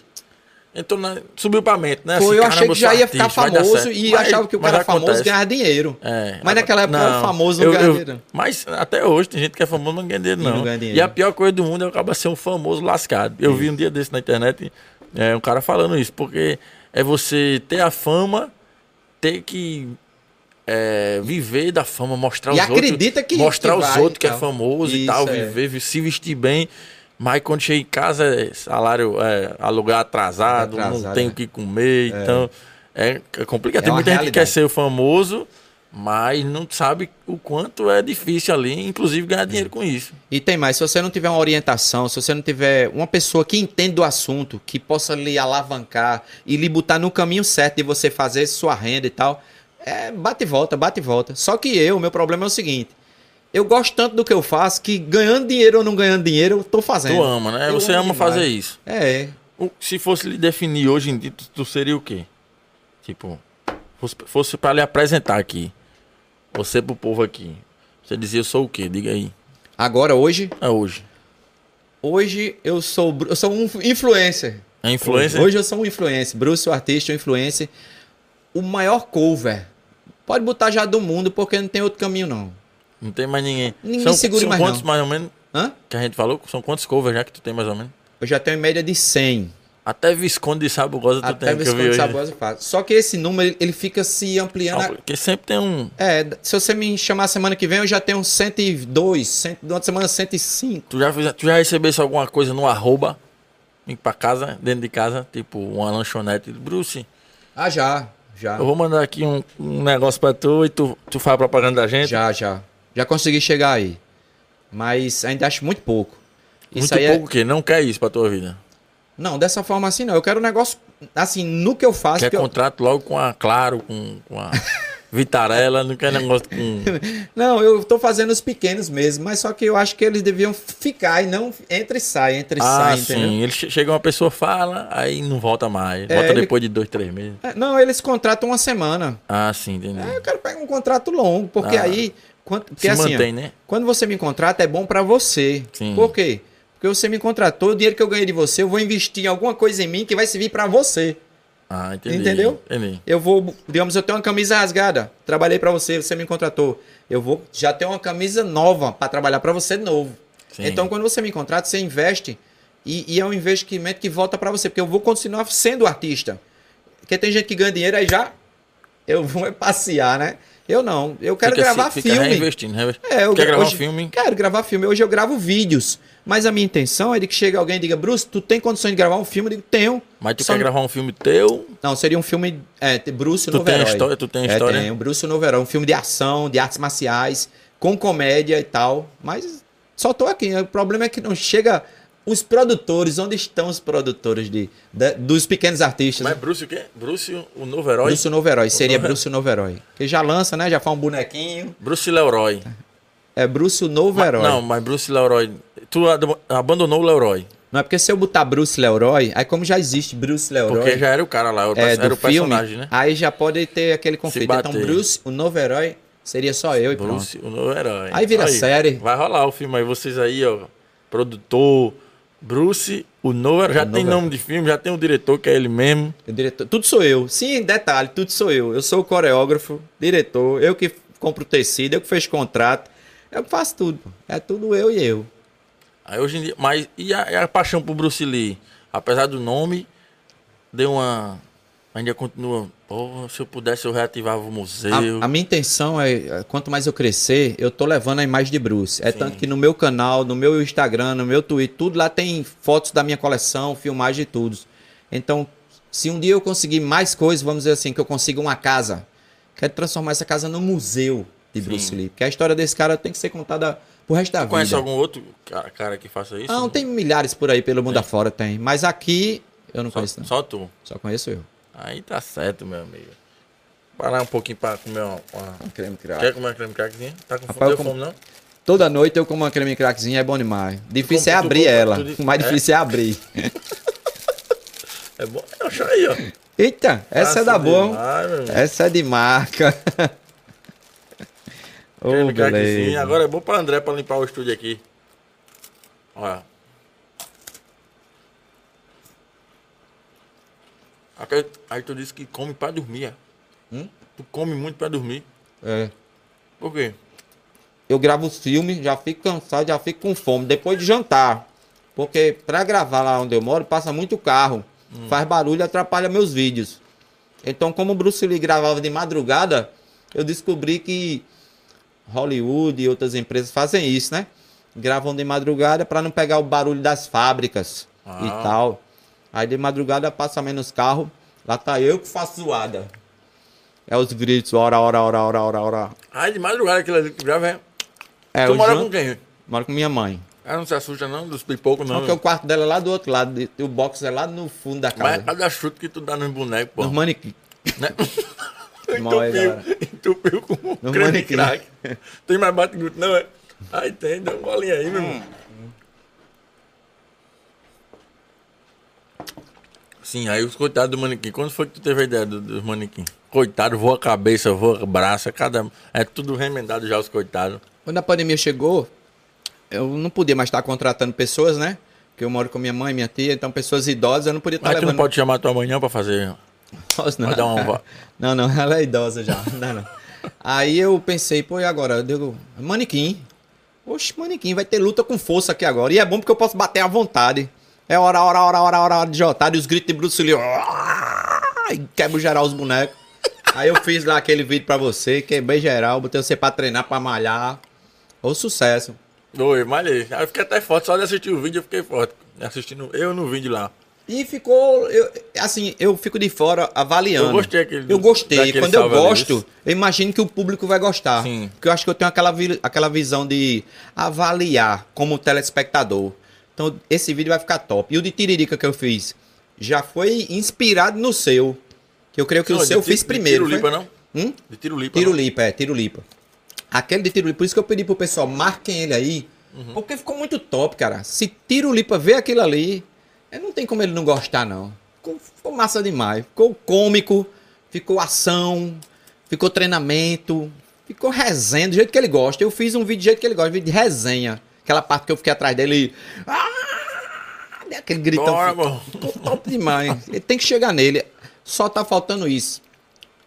Então, na- subiu pra mente, né? Pô, Assim, eu achei caramba, que já sou ia ficar artista, vai dar famoso certo. e Mas- achava que o mas cara famoso acontece. ganhava dinheiro. É, mas naquela época não, o famoso não eu- eu- ganhava dinheiro. Mas até hoje tem gente que é famoso, mas não ganha dinheiro, E não não. ganha dinheiro. E a pior coisa do mundo é acabar sendo um famoso lascado. Eu vi um dia desse na internet é, um cara falando isso, porque é você ter a fama, ter que é, viver da fama, mostrar E os outros. acredita que- Mostrar que os vai outros e que é tal. famoso e Isso, tal, é. viver, vi- se vestir bem. Mas quando chega em casa, é salário, é, alugar atrasado, não Atrasado, tem é. o que comer, então é complicado. É Tem uma muita gente que quer realidade. ser famoso, mas não sabe o quanto é difícil ali, inclusive ganhar dinheiro com isso. E tem mais, se você não tiver uma orientação, se você não tiver uma pessoa que entenda do assunto, que possa lhe alavancar e lhe botar no caminho certo de você fazer sua renda e tal, é bate e volta, bate e volta. Só que eu, meu problema é o seguinte, eu gosto tanto do que eu faço que ganhando dinheiro ou não ganhando dinheiro, eu tô fazendo. Tu ama, né? Eu Você amo ama demais. fazer isso. É, O- Se fosse lhe definir hoje em dia, tu, tu seria o quê? Tipo, fosse, fosse para lhe apresentar aqui, você pro povo aqui, você dizia eu sou o quê? Diga aí. agora hoje, É hoje. hoje eu sou, eu sou um influencer. É influencer? Hoje eu sou um influencer. Bruce, o artista, o influencer. O maior cover. Pode botar já do mundo, porque não tem outro caminho, não. Não tem mais ninguém. Ninguém são, segura são mais quantos não. mais ou menos Hã? que a gente falou? São quantos covers já que tu tem mais ou menos? Eu já tenho em média de 100. Até Visconde de Sabugosa tu tem, até que eu vi Visconde hoje. Sabugosa faz. Só que esse número, ele- ele fica se ampliando. Não, a- porque sempre tem um... É, se você me chamar semana que vem, eu já tenho 102, 100, na outra semana 105. Tu já, fiz, tu já recebesse alguma coisa no arroba? Vim pra casa, dentro de casa, tipo uma lanchonete. Bruce, Ah, já, já, eu vou mandar aqui um, um negócio pra tu e tu, tu faz a propaganda da gente. já, já. Já consegui chegar aí. Mas ainda acho muito pouco. Muito Isso aí é, pouco que não quer isso pra tua vida. Não, dessa forma assim não. Eu quero um negócio, assim, no que eu faço. quer que eu- contrato logo com a Claro, com, com a Vitarela, não quer negócio com... Não, eu tô fazendo os pequenos mesmo, mas só que eu acho que eles deviam ficar e não entra e sai, entra e Ah, sai, entendeu? sim. Ele che- chega uma pessoa, fala, aí não volta mais. É, Volta ele- depois de dois, três meses. É, Não, eles contratam uma semana. Ah, sim, entendi. Eu quero pegar um contrato longo, porque Ah. aí. Quando, porque Se assim, ó, mantém, né? quando você me contrata, é bom pra você. Sim. Por quê? Porque você me contratou, o dinheiro que eu ganhei de você, eu vou investir em alguma coisa em mim que vai servir pra você. Ah, entendi. Entendeu? Entendi. Eu vou, digamos, eu tenho uma camisa rasgada, trabalhei pra você, você me contratou. Eu vou já ter uma camisa nova pra trabalhar pra você de novo. Sim. Então, quando você me contrata, você investe e, e é um investimento que volta pra você, porque eu vou continuar sendo artista. Porque tem gente que ganha dinheiro aí já eu vou é passear, né? Eu não, eu quero Fica se- gravar fica filme. reinvestindo, reinvestindo. É, eu quer gra- gravar um hoje- filme? Quero gravar filme, hoje eu gravo vídeos. Mas a minha intenção é de que chegue alguém e diga: "Bruce, tu tem condições de gravar um filme?" Eu digo: "Tenho". Mas tu Só quer gravar um filme teu? não, seria um filme. É, te- Bruce o Tu Novo tem a Herói. história- tu tem a É, história? tenho, Bruce o Novo Herói. Um filme de ação, de artes marciais, com comédia e tal. Mas só tô aqui. O problema é que não chega os produtores. Onde estão os produtores de, da- dos pequenos artistas? Mas né? Bruce o quê? Bruce, o novo herói? Bruce o Novo Herói. Seria Novo Bruce o Novo Herói. Que já lança, né? Já faz um bonequinho. Bruce Leroy. É Bruce o Novo Ma- Herói. Não, mas Bruce Leroy. Tu ad- abandonou o Leroy. Não é porque se eu botar Bruce Leroy, aí como já existe Bruce Leroy. Porque já era o cara lá, o é, perso- era do o personagem, filme, Ah, né? Aí já pode ter aquele conflito. Então, bater. Bruce, o novo herói, seria só eu e pronto. Bruce, o novo herói. Aí vira série. Vai rolar o filme aí, vocês aí, ó. Produtor. Bruce, o novo herói. Já tem novo nome de filme, já tem o diretor, que é ele mesmo. O diretor, tudo sou eu. Sim, detalhe, tudo sou eu. Eu sou o coreógrafo, diretor, eu que compro o tecido, eu que fecho contrato, eu que faço tudo. pô. É tudo eu e eu. Aí hoje em dia. Mas e a, e a paixão pro Bruce Lee? Apesar do nome, deu uma. Ainda continua. Pô, se eu pudesse, eu reativava o museu. A, a minha intenção é, quanto mais eu crescer, eu tô levando a imagem de Bruce. É tanto que no meu canal, no meu Instagram, no meu Twitter, tudo lá tem fotos da minha coleção, filmagem e tudo. Então, se um dia eu conseguir mais coisas, vamos dizer assim, que eu consiga uma casa, quero transformar essa casa num museu de Bruce Lee. Porque a história desse cara tem que ser contada pro resto da Conhece vida. algum outro ca- cara que faça isso? Ah, não, tem milhares por aí pelo mundo afora, tem. Mas aqui, eu não Só, conheço não. só tu. Só conheço eu. Aí tá certo, meu amigo. Parar um pouquinho pra comer uma. uma- Um Creme crack. Quer comer creme crackzinha? Tá com Rapaz, fome, eu Deu fome, não? Toda noite eu como uma creme crackzinha, é bom demais. Difícil Tu compra- é tu abrir compra ela. tudo isso? O mais É? difícil é abrir. É bom. Eu acho aí, ó. Eita, Ah, essa é da boa. Ai, meu amigo. Essa é de marca. Ô, Creme crackzinho. beleza. Agora é bom pra André pra limpar o estúdio aqui. Olha. Até- Aí tu disse que come pra dormir. é? Hum? Tu come muito pra dormir. É. Por quê? Eu gravo os filmes, já fico cansado, já fico com fome. Depois de jantar. Porque pra gravar lá onde eu moro, passa muito carro. Hum. Faz barulho, atrapalha meus vídeos. Então, como o Bruce Lee gravava de madrugada, eu descobri que Hollywood e outras empresas fazem isso, né? Gravam de madrugada para não pegar o barulho das fábricas Ah. e tal. Aí de madrugada passa menos carro, lá tá eu que faço zoada. É os gritos, ora, ora, ora, ora, ora, ora. Aí de madrugada aquilo ali que grava é. É, tu o mora Jean- com quem? Moro com minha mãe. Ela não se assusta não dos pipocos não. Porque o quarto dela é lá do outro lado, e o box é lá no fundo da Mas é casa. cada chute que tu dá nos bonecos, pô. Nos manequim. Né? Mole, Então entupiu, entupiu com um né? No creme manequim. crack. Tem mais bate gruto, não é? Aí tem, dá um bolinho aí, meu irmão. Sim, aí os coitados do manequim. Quando foi que tu teve a ideia do- dos manequim? Coitado, voa a cabeça, voa o braço, é cada... é tudo remendado já, os coitados. Quando a pandemia chegou, eu não podia mais estar contratando pessoas, né? Porque eu moro com minha mãe, minha tia, então pessoas idosas, eu não podia estar Mas tu não levando. pode chamar tua mãe não pra fazer... Posso, não. Vai dar uma vo- não, não, ela é idosa já. Não, não. Aí eu pensei, pô, e agora? Eu digo, manequim. Oxe, manequim, vai ter luta com força aqui agora. E é bom porque eu posso bater à vontade. É hora, hora, hora, hora, hora, hora de otário. E os gritos de Bruce Lee. ó, E quebra geral os bonecos. Aí eu fiz lá aquele vídeo pra você, quebrei geral, botei você pra treinar, pra malhar. Ô, sucesso. Oi, malhei. Aí eu fiquei até forte, só de assistir o vídeo eu fiquei forte. Assistindo eu no vídeo lá. E ficou, eu- assim, eu fico de fora avaliando. Eu gostei aquele- Eu gostei. daquele Quando eu salve ali. gosto, eu imagino que o público vai gostar. Sim. Porque eu acho que eu tenho aquela, vi- aquela visão de avaliar como telespectador. Então, esse vídeo vai ficar top. E o de Tiririca que eu fiz já foi inspirado no seu. Que eu creio que Não, o seu eu de ti- fiz primeiro. De foi? tiro lipa, não? Hum? De tiro lipa. não? Tirulipa, é, Tirulipa. Aquele de Tirulipa, por isso que eu pedi pro pessoal, marquem ele aí, porque ficou muito top, cara. Se Tirulipa vê aquilo ali, é, não tem como ele não gostar, não. Ficou, ficou massa demais. Ficou cômico, ficou ação, ficou treinamento, ficou resenha, do jeito que ele gosta. Eu fiz um vídeo do jeito que ele gosta, um vídeo de resenha. Aquela parte que eu fiquei atrás dele. Ah! Aquele gritão. Bora, bom. Ficou top demais. Ele tem que chegar nele. Só tá faltando isso.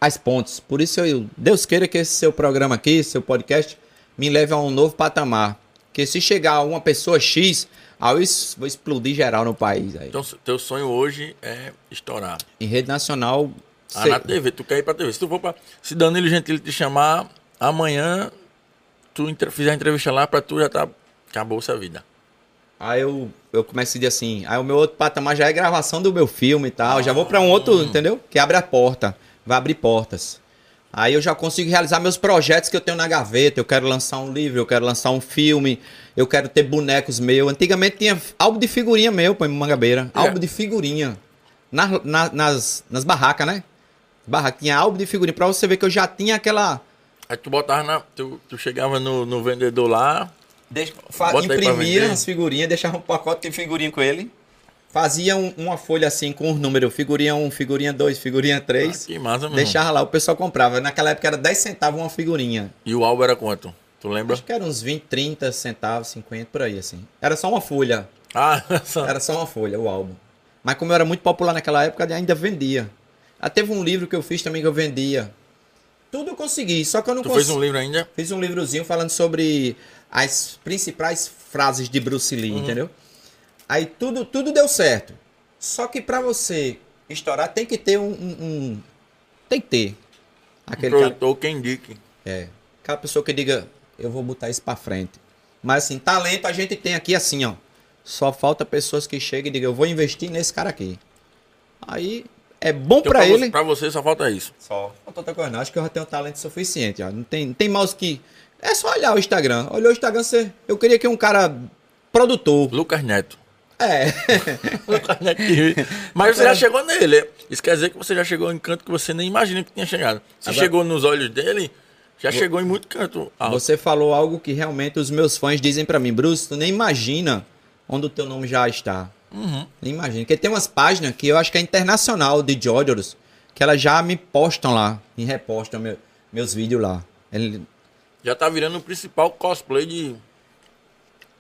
As pontes. Por isso eu, Deus queira que esse seu programa aqui, seu podcast, me leve a um novo patamar. Que se chegar uma pessoa X, aí eu es- vou explodir geral no país aí. Então, se- teu sonho hoje é estourar. Em rede nacional. Ah, cê- na TV, tu quer ir pra TV. Se tu for pra. Se Danilo Gentili te chamar, amanhã tu entre- fizer a entrevista lá pra tu já tá. Acabou essa vida. Aí eu, eu começo a dizer assim, aí o meu outro patamar já é gravação do meu filme e tal, já vou pra um outro, entendeu? Que abre a porta, vai abrir portas. Aí eu já consigo realizar meus projetos que eu tenho na gaveta, eu quero lançar um livro, eu quero lançar um filme, eu quero ter bonecos meu. Antigamente tinha álbum de figurinha meu, pô, em Mangabeira, É. álbum de figurinha, Na- na- nas, nas barracas, né? Barraca, tinha álbum de figurinha, pra você ver que eu já tinha aquela... Aí tu botava na. Tu, tu chegava no, no vendedor lá. Fa- Bota aí pra imprimia vender. as figurinhas, deixava um pacote de figurinha com ele. Fazia um- uma folha assim com os números, figurinha 1, figurinha 2, figurinha 3. Ah, que massa, meu irmão. deixava lá, o pessoal comprava. Naquela época era 10 centavos uma figurinha. E o álbum era quanto? Tu lembra? Acho que era uns 20, 30 centavos, 50 por aí assim. Era só uma folha, Ah, essa- era só uma folha o álbum. Mas como eu era muito popular naquela época, ainda vendia. Ah, teve um livro que eu fiz também que eu vendia. Tudo eu consegui, só que eu não tu consegui. fez um livro ainda? Fiz um livrozinho falando sobre as principais frases de Bruce Lee, entendeu? Aí tudo, tudo deu certo. Só que pra você estourar, tem que ter um. um- um- tem que ter. Aquele cara, Produtor que indique. é, aquela pessoa que diga, eu vou botar isso pra frente. Mas assim, talento a gente tem aqui assim, ó. Só falta pessoas que cheguem e digam, eu vou investir nesse cara aqui. Aí é bom Então, pra pra, ele. Você, pra você só falta isso. Só. Falta outra coisa, não. Acho que eu já tenho talento suficiente. ó. Não tem, não tem mais o que. É só olhar o Instagram. Olhou o Instagram, você. Eu queria que um cara produtor. Lucas Neto. É. Lucas Neto que- Mas você já chegou nele. Isso quer dizer que você já chegou em canto que você nem imagina que tinha chegado. Se Agora- chegou nos olhos dele, já chegou em muito canto. Ah, alto. Você falou algo que realmente os meus fãs dizem pra mim, Bruce, tu nem imagina onde o teu nome já está. Uhum. Nem imagina. Porque tem umas páginas que eu acho que é internacional de Jodorus, que elas já me postam lá, me repostam meu- meus vídeos lá. Ele- Já tá virando o principal cosplay de.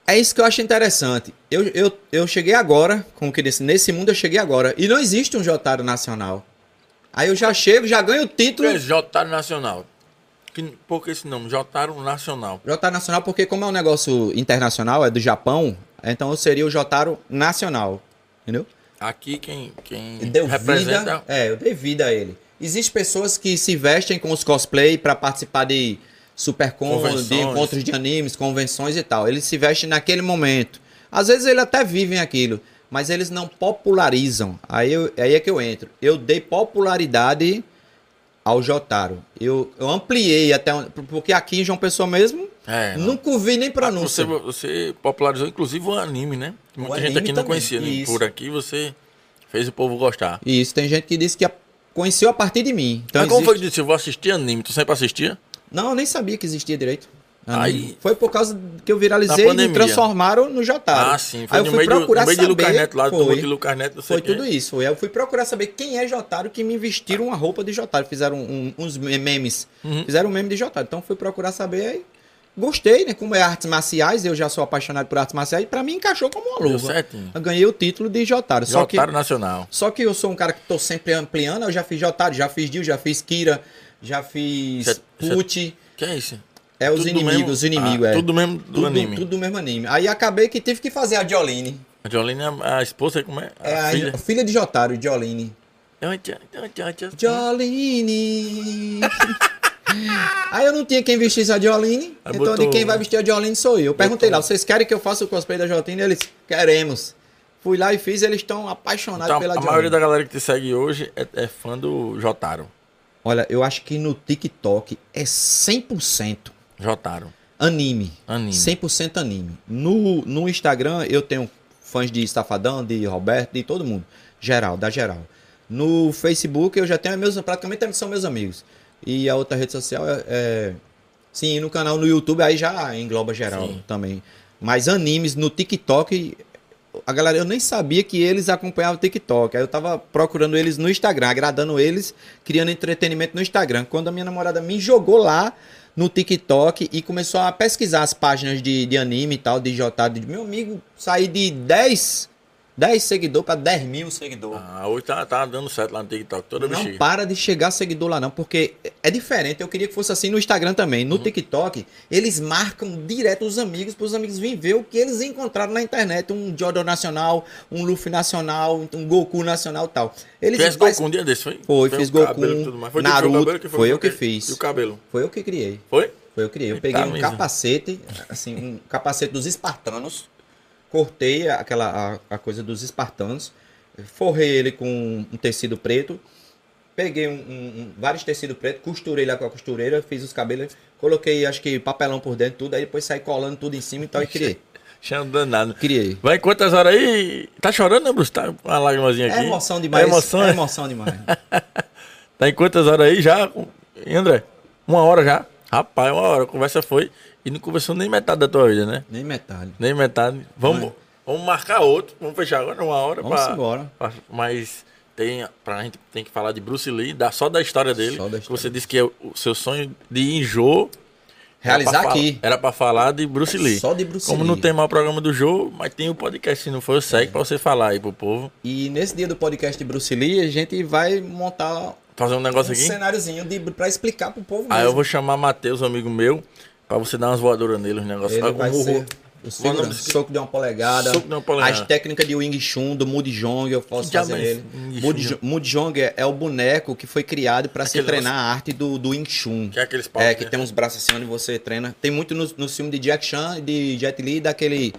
É isso que eu acho interessante. Eu, eu, eu cheguei agora, como que disse, nesse mundo eu cheguei agora. E não existe um Jotaro nacional. Aí eu já chego, já ganho o título. É, Jotaro Nacional. Que, por que esse nome? Jotaro Nacional. Jotaro Nacional, porque como é um negócio internacional, é do Japão, então eu seria o Jotaro Nacional. Entendeu? Aqui quem, quem Deu representa. vida. É, eu dei vida a ele. Existem pessoas que se vestem com os cosplay pra participar de supercons, de Convenções. encontros de animes, convenções e tal. Eles se vestem naquele momento. Às vezes eles até vivem aquilo, mas eles não popularizam. Aí, eu- aí é que eu entro. Eu dei popularidade ao Jotaro. Eu, eu ampliei até. onde- Porque aqui em João Pessoa mesmo, É, não. nunca ouvi nem Você, pronúncia. você popularizou inclusive o anime, né? Muita gente anime aqui não também, conhecia. né? isso. Por aqui você fez o povo gostar. E isso tem gente que disse que a- conheceu a partir de mim. Então, Mas como foi existe- que tu disse? Eu vou assistir anime. Tu sempre assistia? Não, eu nem sabia que existia direito. Ah, Aí- não. Foi por causa que eu viralizei Da e me pandemia. transformaram no Jotaro. Ah, sim. Foi Aí eu no fui meio, do, no procurar meio de saber. Lucas Neto lá, do foi turma de Lucas Neto, não sei foi o quê. tudo isso. Foi. Aí eu fui procurar saber quem é Jotaro que me vestiram uma roupa de Jotaro. Fizeram um- uns memes. Uhum. Fizeram um meme de Jotaro. Então fui procurar saber aí. Gostei, né? Como é artes marciais, eu já sou apaixonado por artes marciais. E pra mim encaixou como uma Deu luva. certinho. Eu ganhei o título de Jotaro. Só que Jotaro Nacional. só que eu sou um cara que tô sempre ampliando. Eu já fiz Jotaro, já fiz Dio, já fiz Kira, já fiz Cê- cê- Puti. Que é isso? É os Tudo inimigos, mesmo- os inimigos, ah, é. Tudo mesmo do Tudo- anime. Tudo do mesmo anime. Aí acabei que tive que fazer a Jolene. A Jolene é a- a esposa, como é? É a filha, filha. de Jotaro, Jolene. É uma tia- é uma tia- é uma tia- Jolene! Aí eu não tinha quem vestisse a Jolene, Aí então botou- de quem vai vestir a Jolene sou eu. Eu Perguntei Botou- lá, vocês querem que eu faça o cosplay da Jolene? Eles, queremos. Fui lá e fiz, eles estão apaixonados Então, a pela Jolene. maioria da galera que te segue hoje é, é fã do Jotaro. Olha, eu acho que no TikTok é 100% Jotaro. anime. Anime. 100% anime. No, no Instagram eu tenho fãs de Safadão, de Roberto, de todo mundo. Geral, da geral. No Facebook eu já tenho meus, praticamente são meus amigos. E a outra rede social é. é- sim, no canal no YouTube aí já engloba geral Sim. também. Mas animes no TikTok. A galera, eu nem sabia que eles acompanhavam o TikTok. Aí eu tava procurando eles no Instagram, agradando eles, criando entretenimento no Instagram. Quando a minha namorada me jogou lá, no TikTok e começou a pesquisar as páginas de, de anime e tal, de Jotado. Meu amigo, saí de 10, 10 seguidores pra 10 mil seguidores. Ah, hoje tá, tá dando certo lá no TikTok, toda não bexiga. para de chegar seguidor lá não, porque é diferente. Eu queria que fosse assim no Instagram também. No TikTok, eles marcam direto os amigos, para os amigos virem ver o que eles encontraram na internet. Um Jordan Nacional, um Luffy Nacional, um Goku Nacional e tal. Eles Fez faz- Goku um dia desse, foi? Foi, fiz o Goku, cabelo e tudo mais. Foi tu que Naruto, fez o cabelo, que foi eu o que cabelo? fiz. E o cabelo? Foi eu que criei. Foi? Foi eu que criei. Eu Eita, peguei um Luísa. capacete, assim, um capacete dos espartanos, cortei aquela a, a coisa dos espartanos, forrei ele com um tecido preto, peguei um, um- um- vários tecidos pretos, costurei lá com a costureira, fiz os cabelos, coloquei acho que papelão por dentro, tudo, aí depois saí colando tudo em cima e tal, e criei. Chão danado. Criei. Vai quantas horas aí? Tá chorando, né, Bruce? Tá com uma lagrimazinha aqui. É emoção demais. É emoção, é é? emoção demais. Tá em quantas horas aí já? E, André, uma hora já? Rapaz, uma hora. A conversa foi e não conversou nem metade da tua vida, né? Nem metade. Nem metade. Vamos, Vai. vamos marcar outro. Vamos fechar agora uma hora. Vamos pra- embora. pra- mas tem, pra gente tem que falar de Bruce Lee, da, só da história dele. Só que da história. Você disse que é o o seu sonho de enjoo. era Realizar pra fala- aqui. Era pra falar de Bruce Lee. Só de Bruce Como Lee. É. não tem mais o programa do jogo, mas tem o podcast, se não for, segue pra você falar aí pro povo. E nesse dia do podcast de Bruce Lee, a gente vai montar Fazer um negócio um aqui. cenáriozinho de, pra explicar Ah, pro povo é mesmo. um Aí eu vou chamar Matheus, amigo meu, pra você dar umas voadoras nele, os negócios. Ele Olha vai como Ah, o ser- Ro- Os seguranças. desse- Soco de uma polegada. Soco de uma polegada. As técnicas de Wing Chun, do Mudjong, eu posso Que fazer diabo é ele. esse Wing Mudi- Chun? Mudjong é, é o boneco que foi criado para se Aquele treinar a arte do, do Wing Chun. Que é aqueles paus, É, que né? tem uns braços assim onde você treina. Tem muito nos no filmes de Jack Chan e de Jet Li, daquele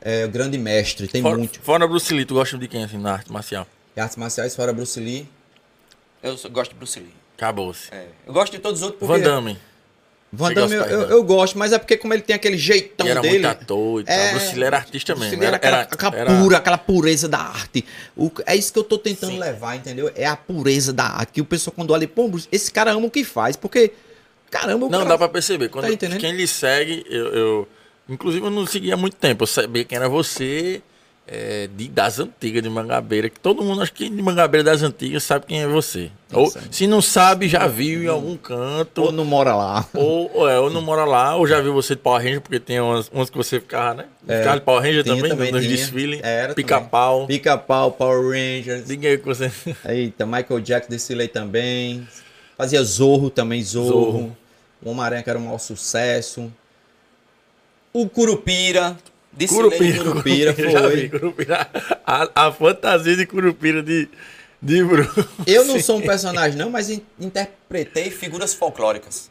é, grande mestre. Tem fora, muito. fora Bruce Lee, tu gosta de quem assim na arte marcial? Artes marciais fora Bruce Lee. Eu só gosto de Bruce Lee. Acabou-se. É, Eu gosto de todos os outros Van porque... Damme. Van Você Damme eu, gosta, eu, né? eu gosto, mas é porque como ele tem aquele jeitão Ele era dele... é, muito ator e tal. Bruce Lee era artista Bruce mesmo, Lee Era, era- era- aquela, aquela era- pura, aquela pureza da arte. O- é isso que eu tô tentando levar, entendeu? É a pureza da arte. Que o pessoal quando olha, pô, Bruce, esse cara ama o que faz, porque... Caramba, o Não, cara... dá pra perceber. Quando Tá entendendo? quem lhe segue, eu, eu- Inclusive, eu não seguia há muito tempo. Eu sabia quem era você, é, de, das antigas de Mangabeira. Que todo mundo, acho que de Mangabeira das antigas, sabe quem é você. Ou, se não sabe, já viu em algum canto. Ou não mora lá. Ou, ou é, ou não mora lá, ou já viu você de Power Ranger, porque tem umas, umas que você ficava, né? Ficava de Power Ranger É. Tinha também, nos tinha. desfiles. Era Pica-pau. também. Pica-pau, Power Rangers. Diga aí que você. Eita, Michael Jackson desfilei também. Fazia Zorro também, Zorro. Zorro. O Homem-Aranha que era um maior sucesso. O Curupira. Desfilei Curupira, de Curupira, já foi. vi, Curupira. A, a fantasia de Curupira de, de Bruno. Eu não sou um personagem não, mas in- interpretei figuras folclóricas.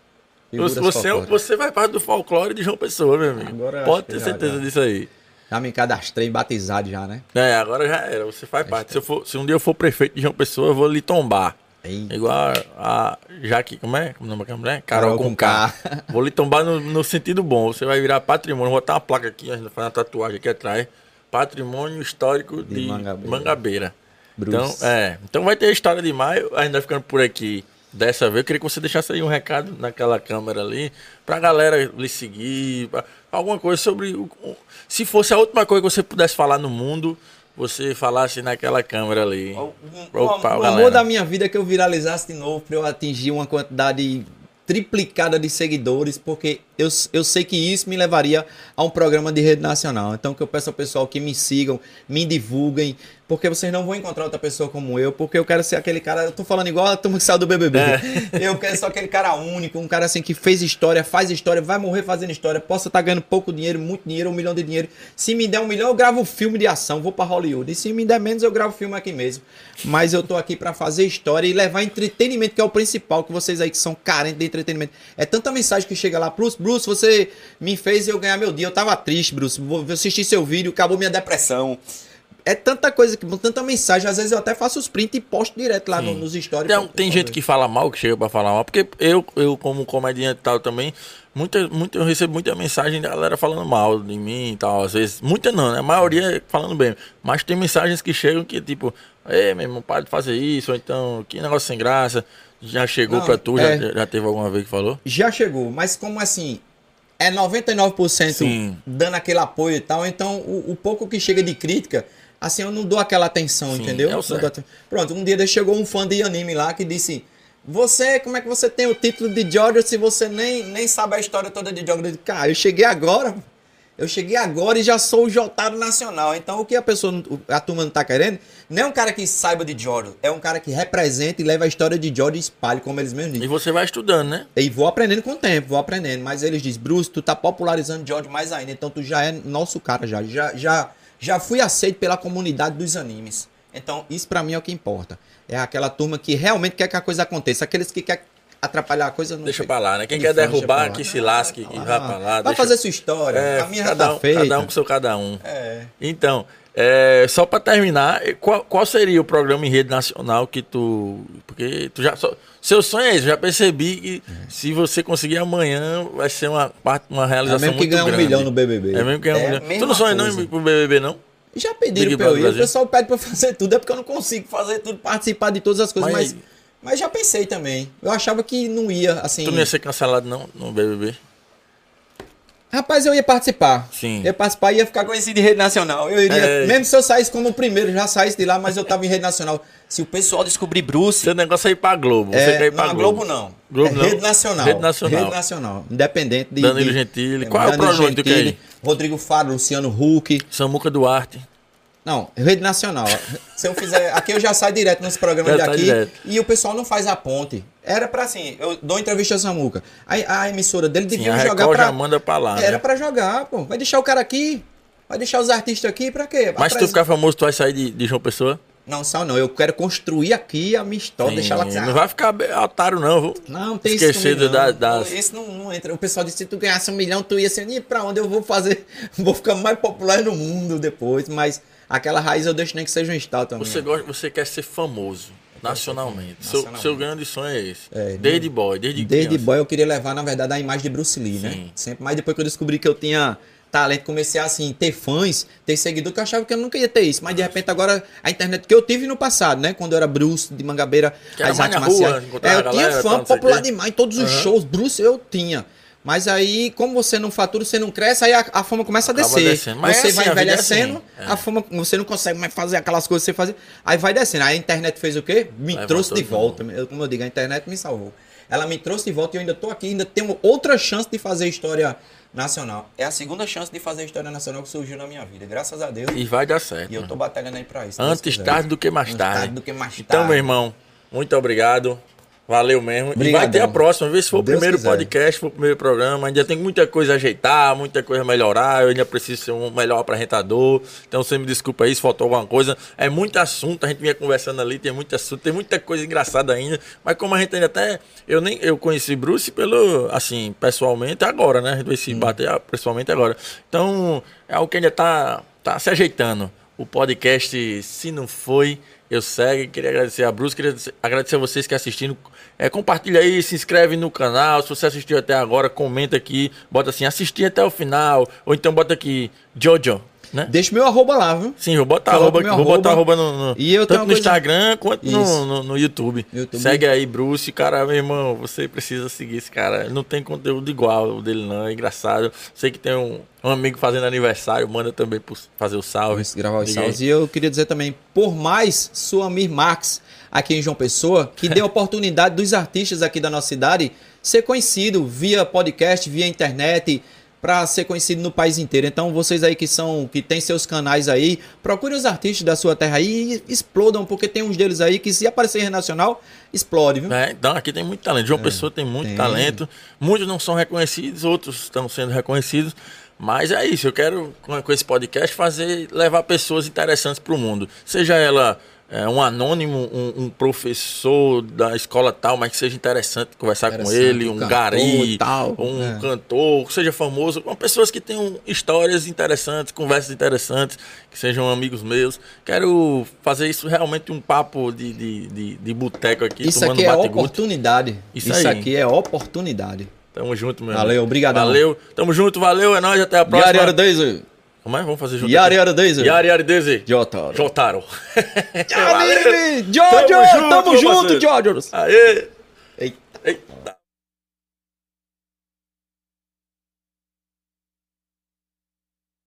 figuras você, é folclóricas. você vai parte do folclore de João Pessoa, meu amigo. Agora eu acho Pode que ter já, certeza já. disso aí. Já me cadastrei batizado já, né? É, agora já era, você faz tá. parte. Se, eu for- se um dia eu for prefeito de João Pessoa, eu vou lhe tombar. Eita. Igual a, a Jaque, como é? Como é o nome daquela mulher? Carol, Carol com K. Conká. Vou lhe tombar no, no sentido bom. Você vai virar patrimônio. Vou botar uma placa aqui, vou fazer uma tatuagem aqui atrás. Patrimônio histórico de, De Mangabeira. Mangabeira. Bruce. Então, é. Então vai ter a história de maio, ainda ficando por aqui dessa vez. Eu queria que você deixasse aí um recado naquela câmera ali, pra galera lhe seguir, pra- alguma coisa sobre. o- o- se fosse a última coisa que você pudesse falar no mundo, você falasse naquela câmera ali. O- Pra- o- pra o O galera. um amor da minha vida é que eu viralizasse de novo pra eu atingir uma quantidade triplicada de seguidores, porque eu, eu sei que isso me levaria a um programa de rede nacional. Então que eu peço ao pessoal que me sigam, me divulguem, porque vocês não vão encontrar outra pessoa como eu, porque eu quero ser aquele cara, eu tô falando igual a turma que saiu do BBB. Eu quero ser aquele cara único, um cara assim que fez história, faz história, vai morrer fazendo história, possa estar ganhando pouco dinheiro, muito dinheiro, um milhão de dinheiro. Se me der um milhão, eu gravo filme de ação, vou pra Hollywood. E se me der menos, eu gravo filme aqui mesmo. Mas eu tô aqui pra fazer história e levar entretenimento, que é o principal, que vocês aí que são carentes de entretenimento. É tanta mensagem que chega lá, Bruce, Bruce, você me fez eu ganhar meu dia. Eu tava triste, Bruce. Vou vou assistir seu vídeo, acabou minha depressão. É tanta coisa, que, tanta mensagem. Às vezes eu até faço os prints e posto direto lá no- nos stories. Tem, pra- Então, tem gente que fala mal, que chega pra falar mal, porque eu, eu como comediante e tal também, muita, muita, eu recebo muita mensagem da galera falando mal de mim e tal, às vezes. Muita não, né? A maioria é falando bem. Mas tem mensagens que chegam que, tipo, ei, meu irmão, para de fazer isso, ou então, que negócio sem graça. Já chegou Não, pra tu, é. já, já teve alguma vez que falou? Já chegou, mas como assim, é 99% Sim. dando aquele apoio e tal, então o, o pouco que chega de crítica, assim, eu não dou aquela atenção, Sim, entendeu? é o Não certo. dou aten- Pronto, um dia desse chegou um fã de anime lá que disse, você, como é que você tem o título de Jojo se você nem, nem sabe a história toda de Jojo? Eu disse, Cara, eu cheguei agora, eu cheguei agora e já sou o Jotaro Nacional, então o que a pessoa, não- o- a turma não tá querendo, não é um cara que saiba de Jojo, é um cara que representa e leva a história de Jojo e espalha, como eles mesmos dizem. E você vai estudando, né? E vou aprendendo com o tempo, vou aprendendo. Mas eles dizem, Bruce, tu tá popularizando George mais ainda, então tu já é nosso cara já. Já, já, já fui aceito pela comunidade dos animes. Então, isso pra mim é o que importa. É aquela turma que realmente quer que a coisa aconteça. Aqueles que querem atrapalhar a coisa, não Deixa fica. pra lá, né? Quem De quer fora, deixa pra derrubar, lá. Ah, que se lasque, que vá pra lá. Vai deixa- fazer sua história. É, a minha já cada tá um, feita. cada um com seu cada um. É. Então, é, só pra terminar, eh, qual, qual seria o programa em rede nacional que tu. Porque tu já. só- seu sonho é esse, eu já percebi que se você conseguir amanhã, vai ser uma, parte- uma É realização mesmo que muito ganhar um grande. milhão no BBB. É mesmo que ganhar É um a milhão. Tu não mesma sonha não coisa. ir pro BBB, não? Já pediram Big pra eu Brother ir. O Brasil. pessoal pede pra eu fazer tudo, é porque eu não consigo fazer tudo, participar de todas as coisas. Mas- Mas, mas, já pensei também. Eu achava que não ia, assim. Tu não ia ser cancelado, não, no BBB? Rapaz, eu ia participar. Sim. Ia participar e ia ficar conhecido em rede nacional. Eu iria. É. Mesmo se eu saísse como o primeiro, já saísse de lá, mas eu tava em rede nacional. Se o O pessoal descobrir Bruce. Seu negócio é ir pra Globo. É, você quer ir pra não, a Globo. Globo não. Globo é não. rede nacional. Rede nacional. Rede nacional. Independente de. Danilo de- Gentili. Qual é o programa que tu quer ir? Rodrigo Faro, Luciano Huck. Samuca Duarte. Não, rede nacional. Se eu fizer. Aqui eu já saio direto nos programas Já sai daqui. direto. E o pessoal não faz a ponte. Era pra assim, eu dou entrevista ao Samuca. A, a emissora dele Sim, a devia jogar Record já pra. manda pra lá. Era né? pra jogar, pô. Vai deixar o cara aqui? Vai deixar os artistas aqui pra quê? Pra Mas se tu trazer- ficar famoso, tu vai sair de, de João Pessoa? Não, sal não. Eu quero construir aqui a minha história, deixar ela. Não vai ficar be- otário, não, viu? Não, tem isso. Esquecido comigo, da- não. das- Isso não, não entra. O pessoal disse: se tu ganhasse um milhão, tu ia ser. E pra onde eu vou fazer? Vou ficar mais popular no mundo depois. Mas aquela raiz eu deixo nem que seja um estátua. Você, minha. gosta, você quer ser famoso nacionalmente. Seu, Nacionalmente. seu grande sonho é esse. É, desde boy, desde Desde criança. boy eu queria levar, na verdade, a imagem de Bruce Lee, né? Sim. Sempre. Mas depois que eu descobri que eu tinha talento, comecei a assim, ter fãs, ter seguidor, que eu achava que eu nunca ia ter isso. Mas de repente agora a internet que eu tive no passado, né? Quando eu era Bruce de Mangabeira, Que era mais na artes rua, marciais. encontrava É, a eu tinha galera, tal, fã não sei o popular quê. demais, todos os Aham. shows, Bruce eu tinha. Mas aí, como você não fatura, você não cresce, aí a, a fama começa a Acaba descer. descendo. Mas é você assim, vai a vida é envelhecendo, assim. É. a fama, você não consegue mais fazer aquelas coisas que você fazia. Aí vai descendo. Aí a internet fez o quê? Me Levantou trouxe de de volta. Eu, como eu digo, a internet me salvou. Ela me trouxe de volta e eu ainda tô aqui, ainda tenho outra chance de fazer história nacional. É a segunda chance de fazer história nacional que surgiu na minha vida, graças a Deus. E vai dar certo. né? E eu tô batalhando aí pra isso. se Deus Antes quiser. tarde do que mais Antes tarde. tarde do que mais Então, tarde. meu irmão, muito obrigado. Valeu mesmo. E vai Obrigadão. ter a próxima. Vê se for o Deus primeiro quiser. podcast, for o primeiro programa. Ainda tem muita coisa a ajeitar, muita coisa a melhorar. Eu ainda preciso ser um melhor apresentador. Então você me desculpa aí se faltou alguma coisa. É muito assunto, a gente vinha conversando ali, tem muito assunto, tem muita coisa engraçada ainda. Mas como a gente ainda até. Eu nem eu conheci Bruce pelo, assim, pessoalmente agora, né? A gente vai se bater ah, pessoalmente agora. Então, é algo que ainda tá, tá se ajeitando. O podcast, se não foi, eu segue. Queria agradecer a Bruce, queria agradecer a vocês que assistindo. É, compartilha aí, se inscreve no canal. Se você assistiu até agora, comenta aqui. Bota assim, assisti até o final. Ou então bota aqui, Jojo, né? Deixa meu arroba lá, viu? Sim, vou botar Coloca arroba, meu vou botar arroba. arroba no, no- E eu tanto tenho uma no coisa- Instagram quanto Isso. no, no, no YouTube. YouTube. Segue aí, Bruce. Cara, meu irmão, você precisa seguir esse cara. Não tem conteúdo igual o dele, não. É engraçado. Sei que tem um, um amigo fazendo aniversário, manda também por fazer o salve. Vamos gravar os Diga aí. salves. E eu queria dizer também, por mais Suamir Marx aqui em João Pessoa, que deu a oportunidade dos artistas aqui da nossa cidade ser conhecido via podcast, via internet, para ser conhecido no país inteiro. Então, vocês aí que são, que têm seus canais aí, procurem os artistas da sua terra aí e explodam, porque tem uns deles aí que se aparecer em rede nacional, explode, viu? É, né? Então aqui tem muito talento. João Pessoa tem muito tem. talento. Muitos não são reconhecidos, outros estão sendo reconhecidos. Mas é isso, eu quero com com esse podcast fazer levar pessoas interessantes para o mundo. Seja ela é, um anônimo, um, um professor da escola tal, mas que seja interessante conversar Interessante, com ele, um um cantor e gari, tal, um é. cantor, que seja famoso, com pessoas que tenham histórias interessantes, conversas interessantes, que sejam amigos meus. Quero fazer isso realmente um papo de, de, de, de boteco aqui Isso tomando aqui é bateguto. oportunidade. Isso, Isso aí. aqui é oportunidade. Tamo junto, meu Valeu, irmão. obrigadão. Valeu, tamo junto, valeu, é nóis, até a próxima. Yari Yari Daisy. Como é? Vamos fazer junto. Yari Yari Daisy. Yari Yari Deze. Jotaro. Jotaro. Johnny, Valeu. Jojo, Tamo junto, tamo meu junto, parceiro. Jojo. Aê.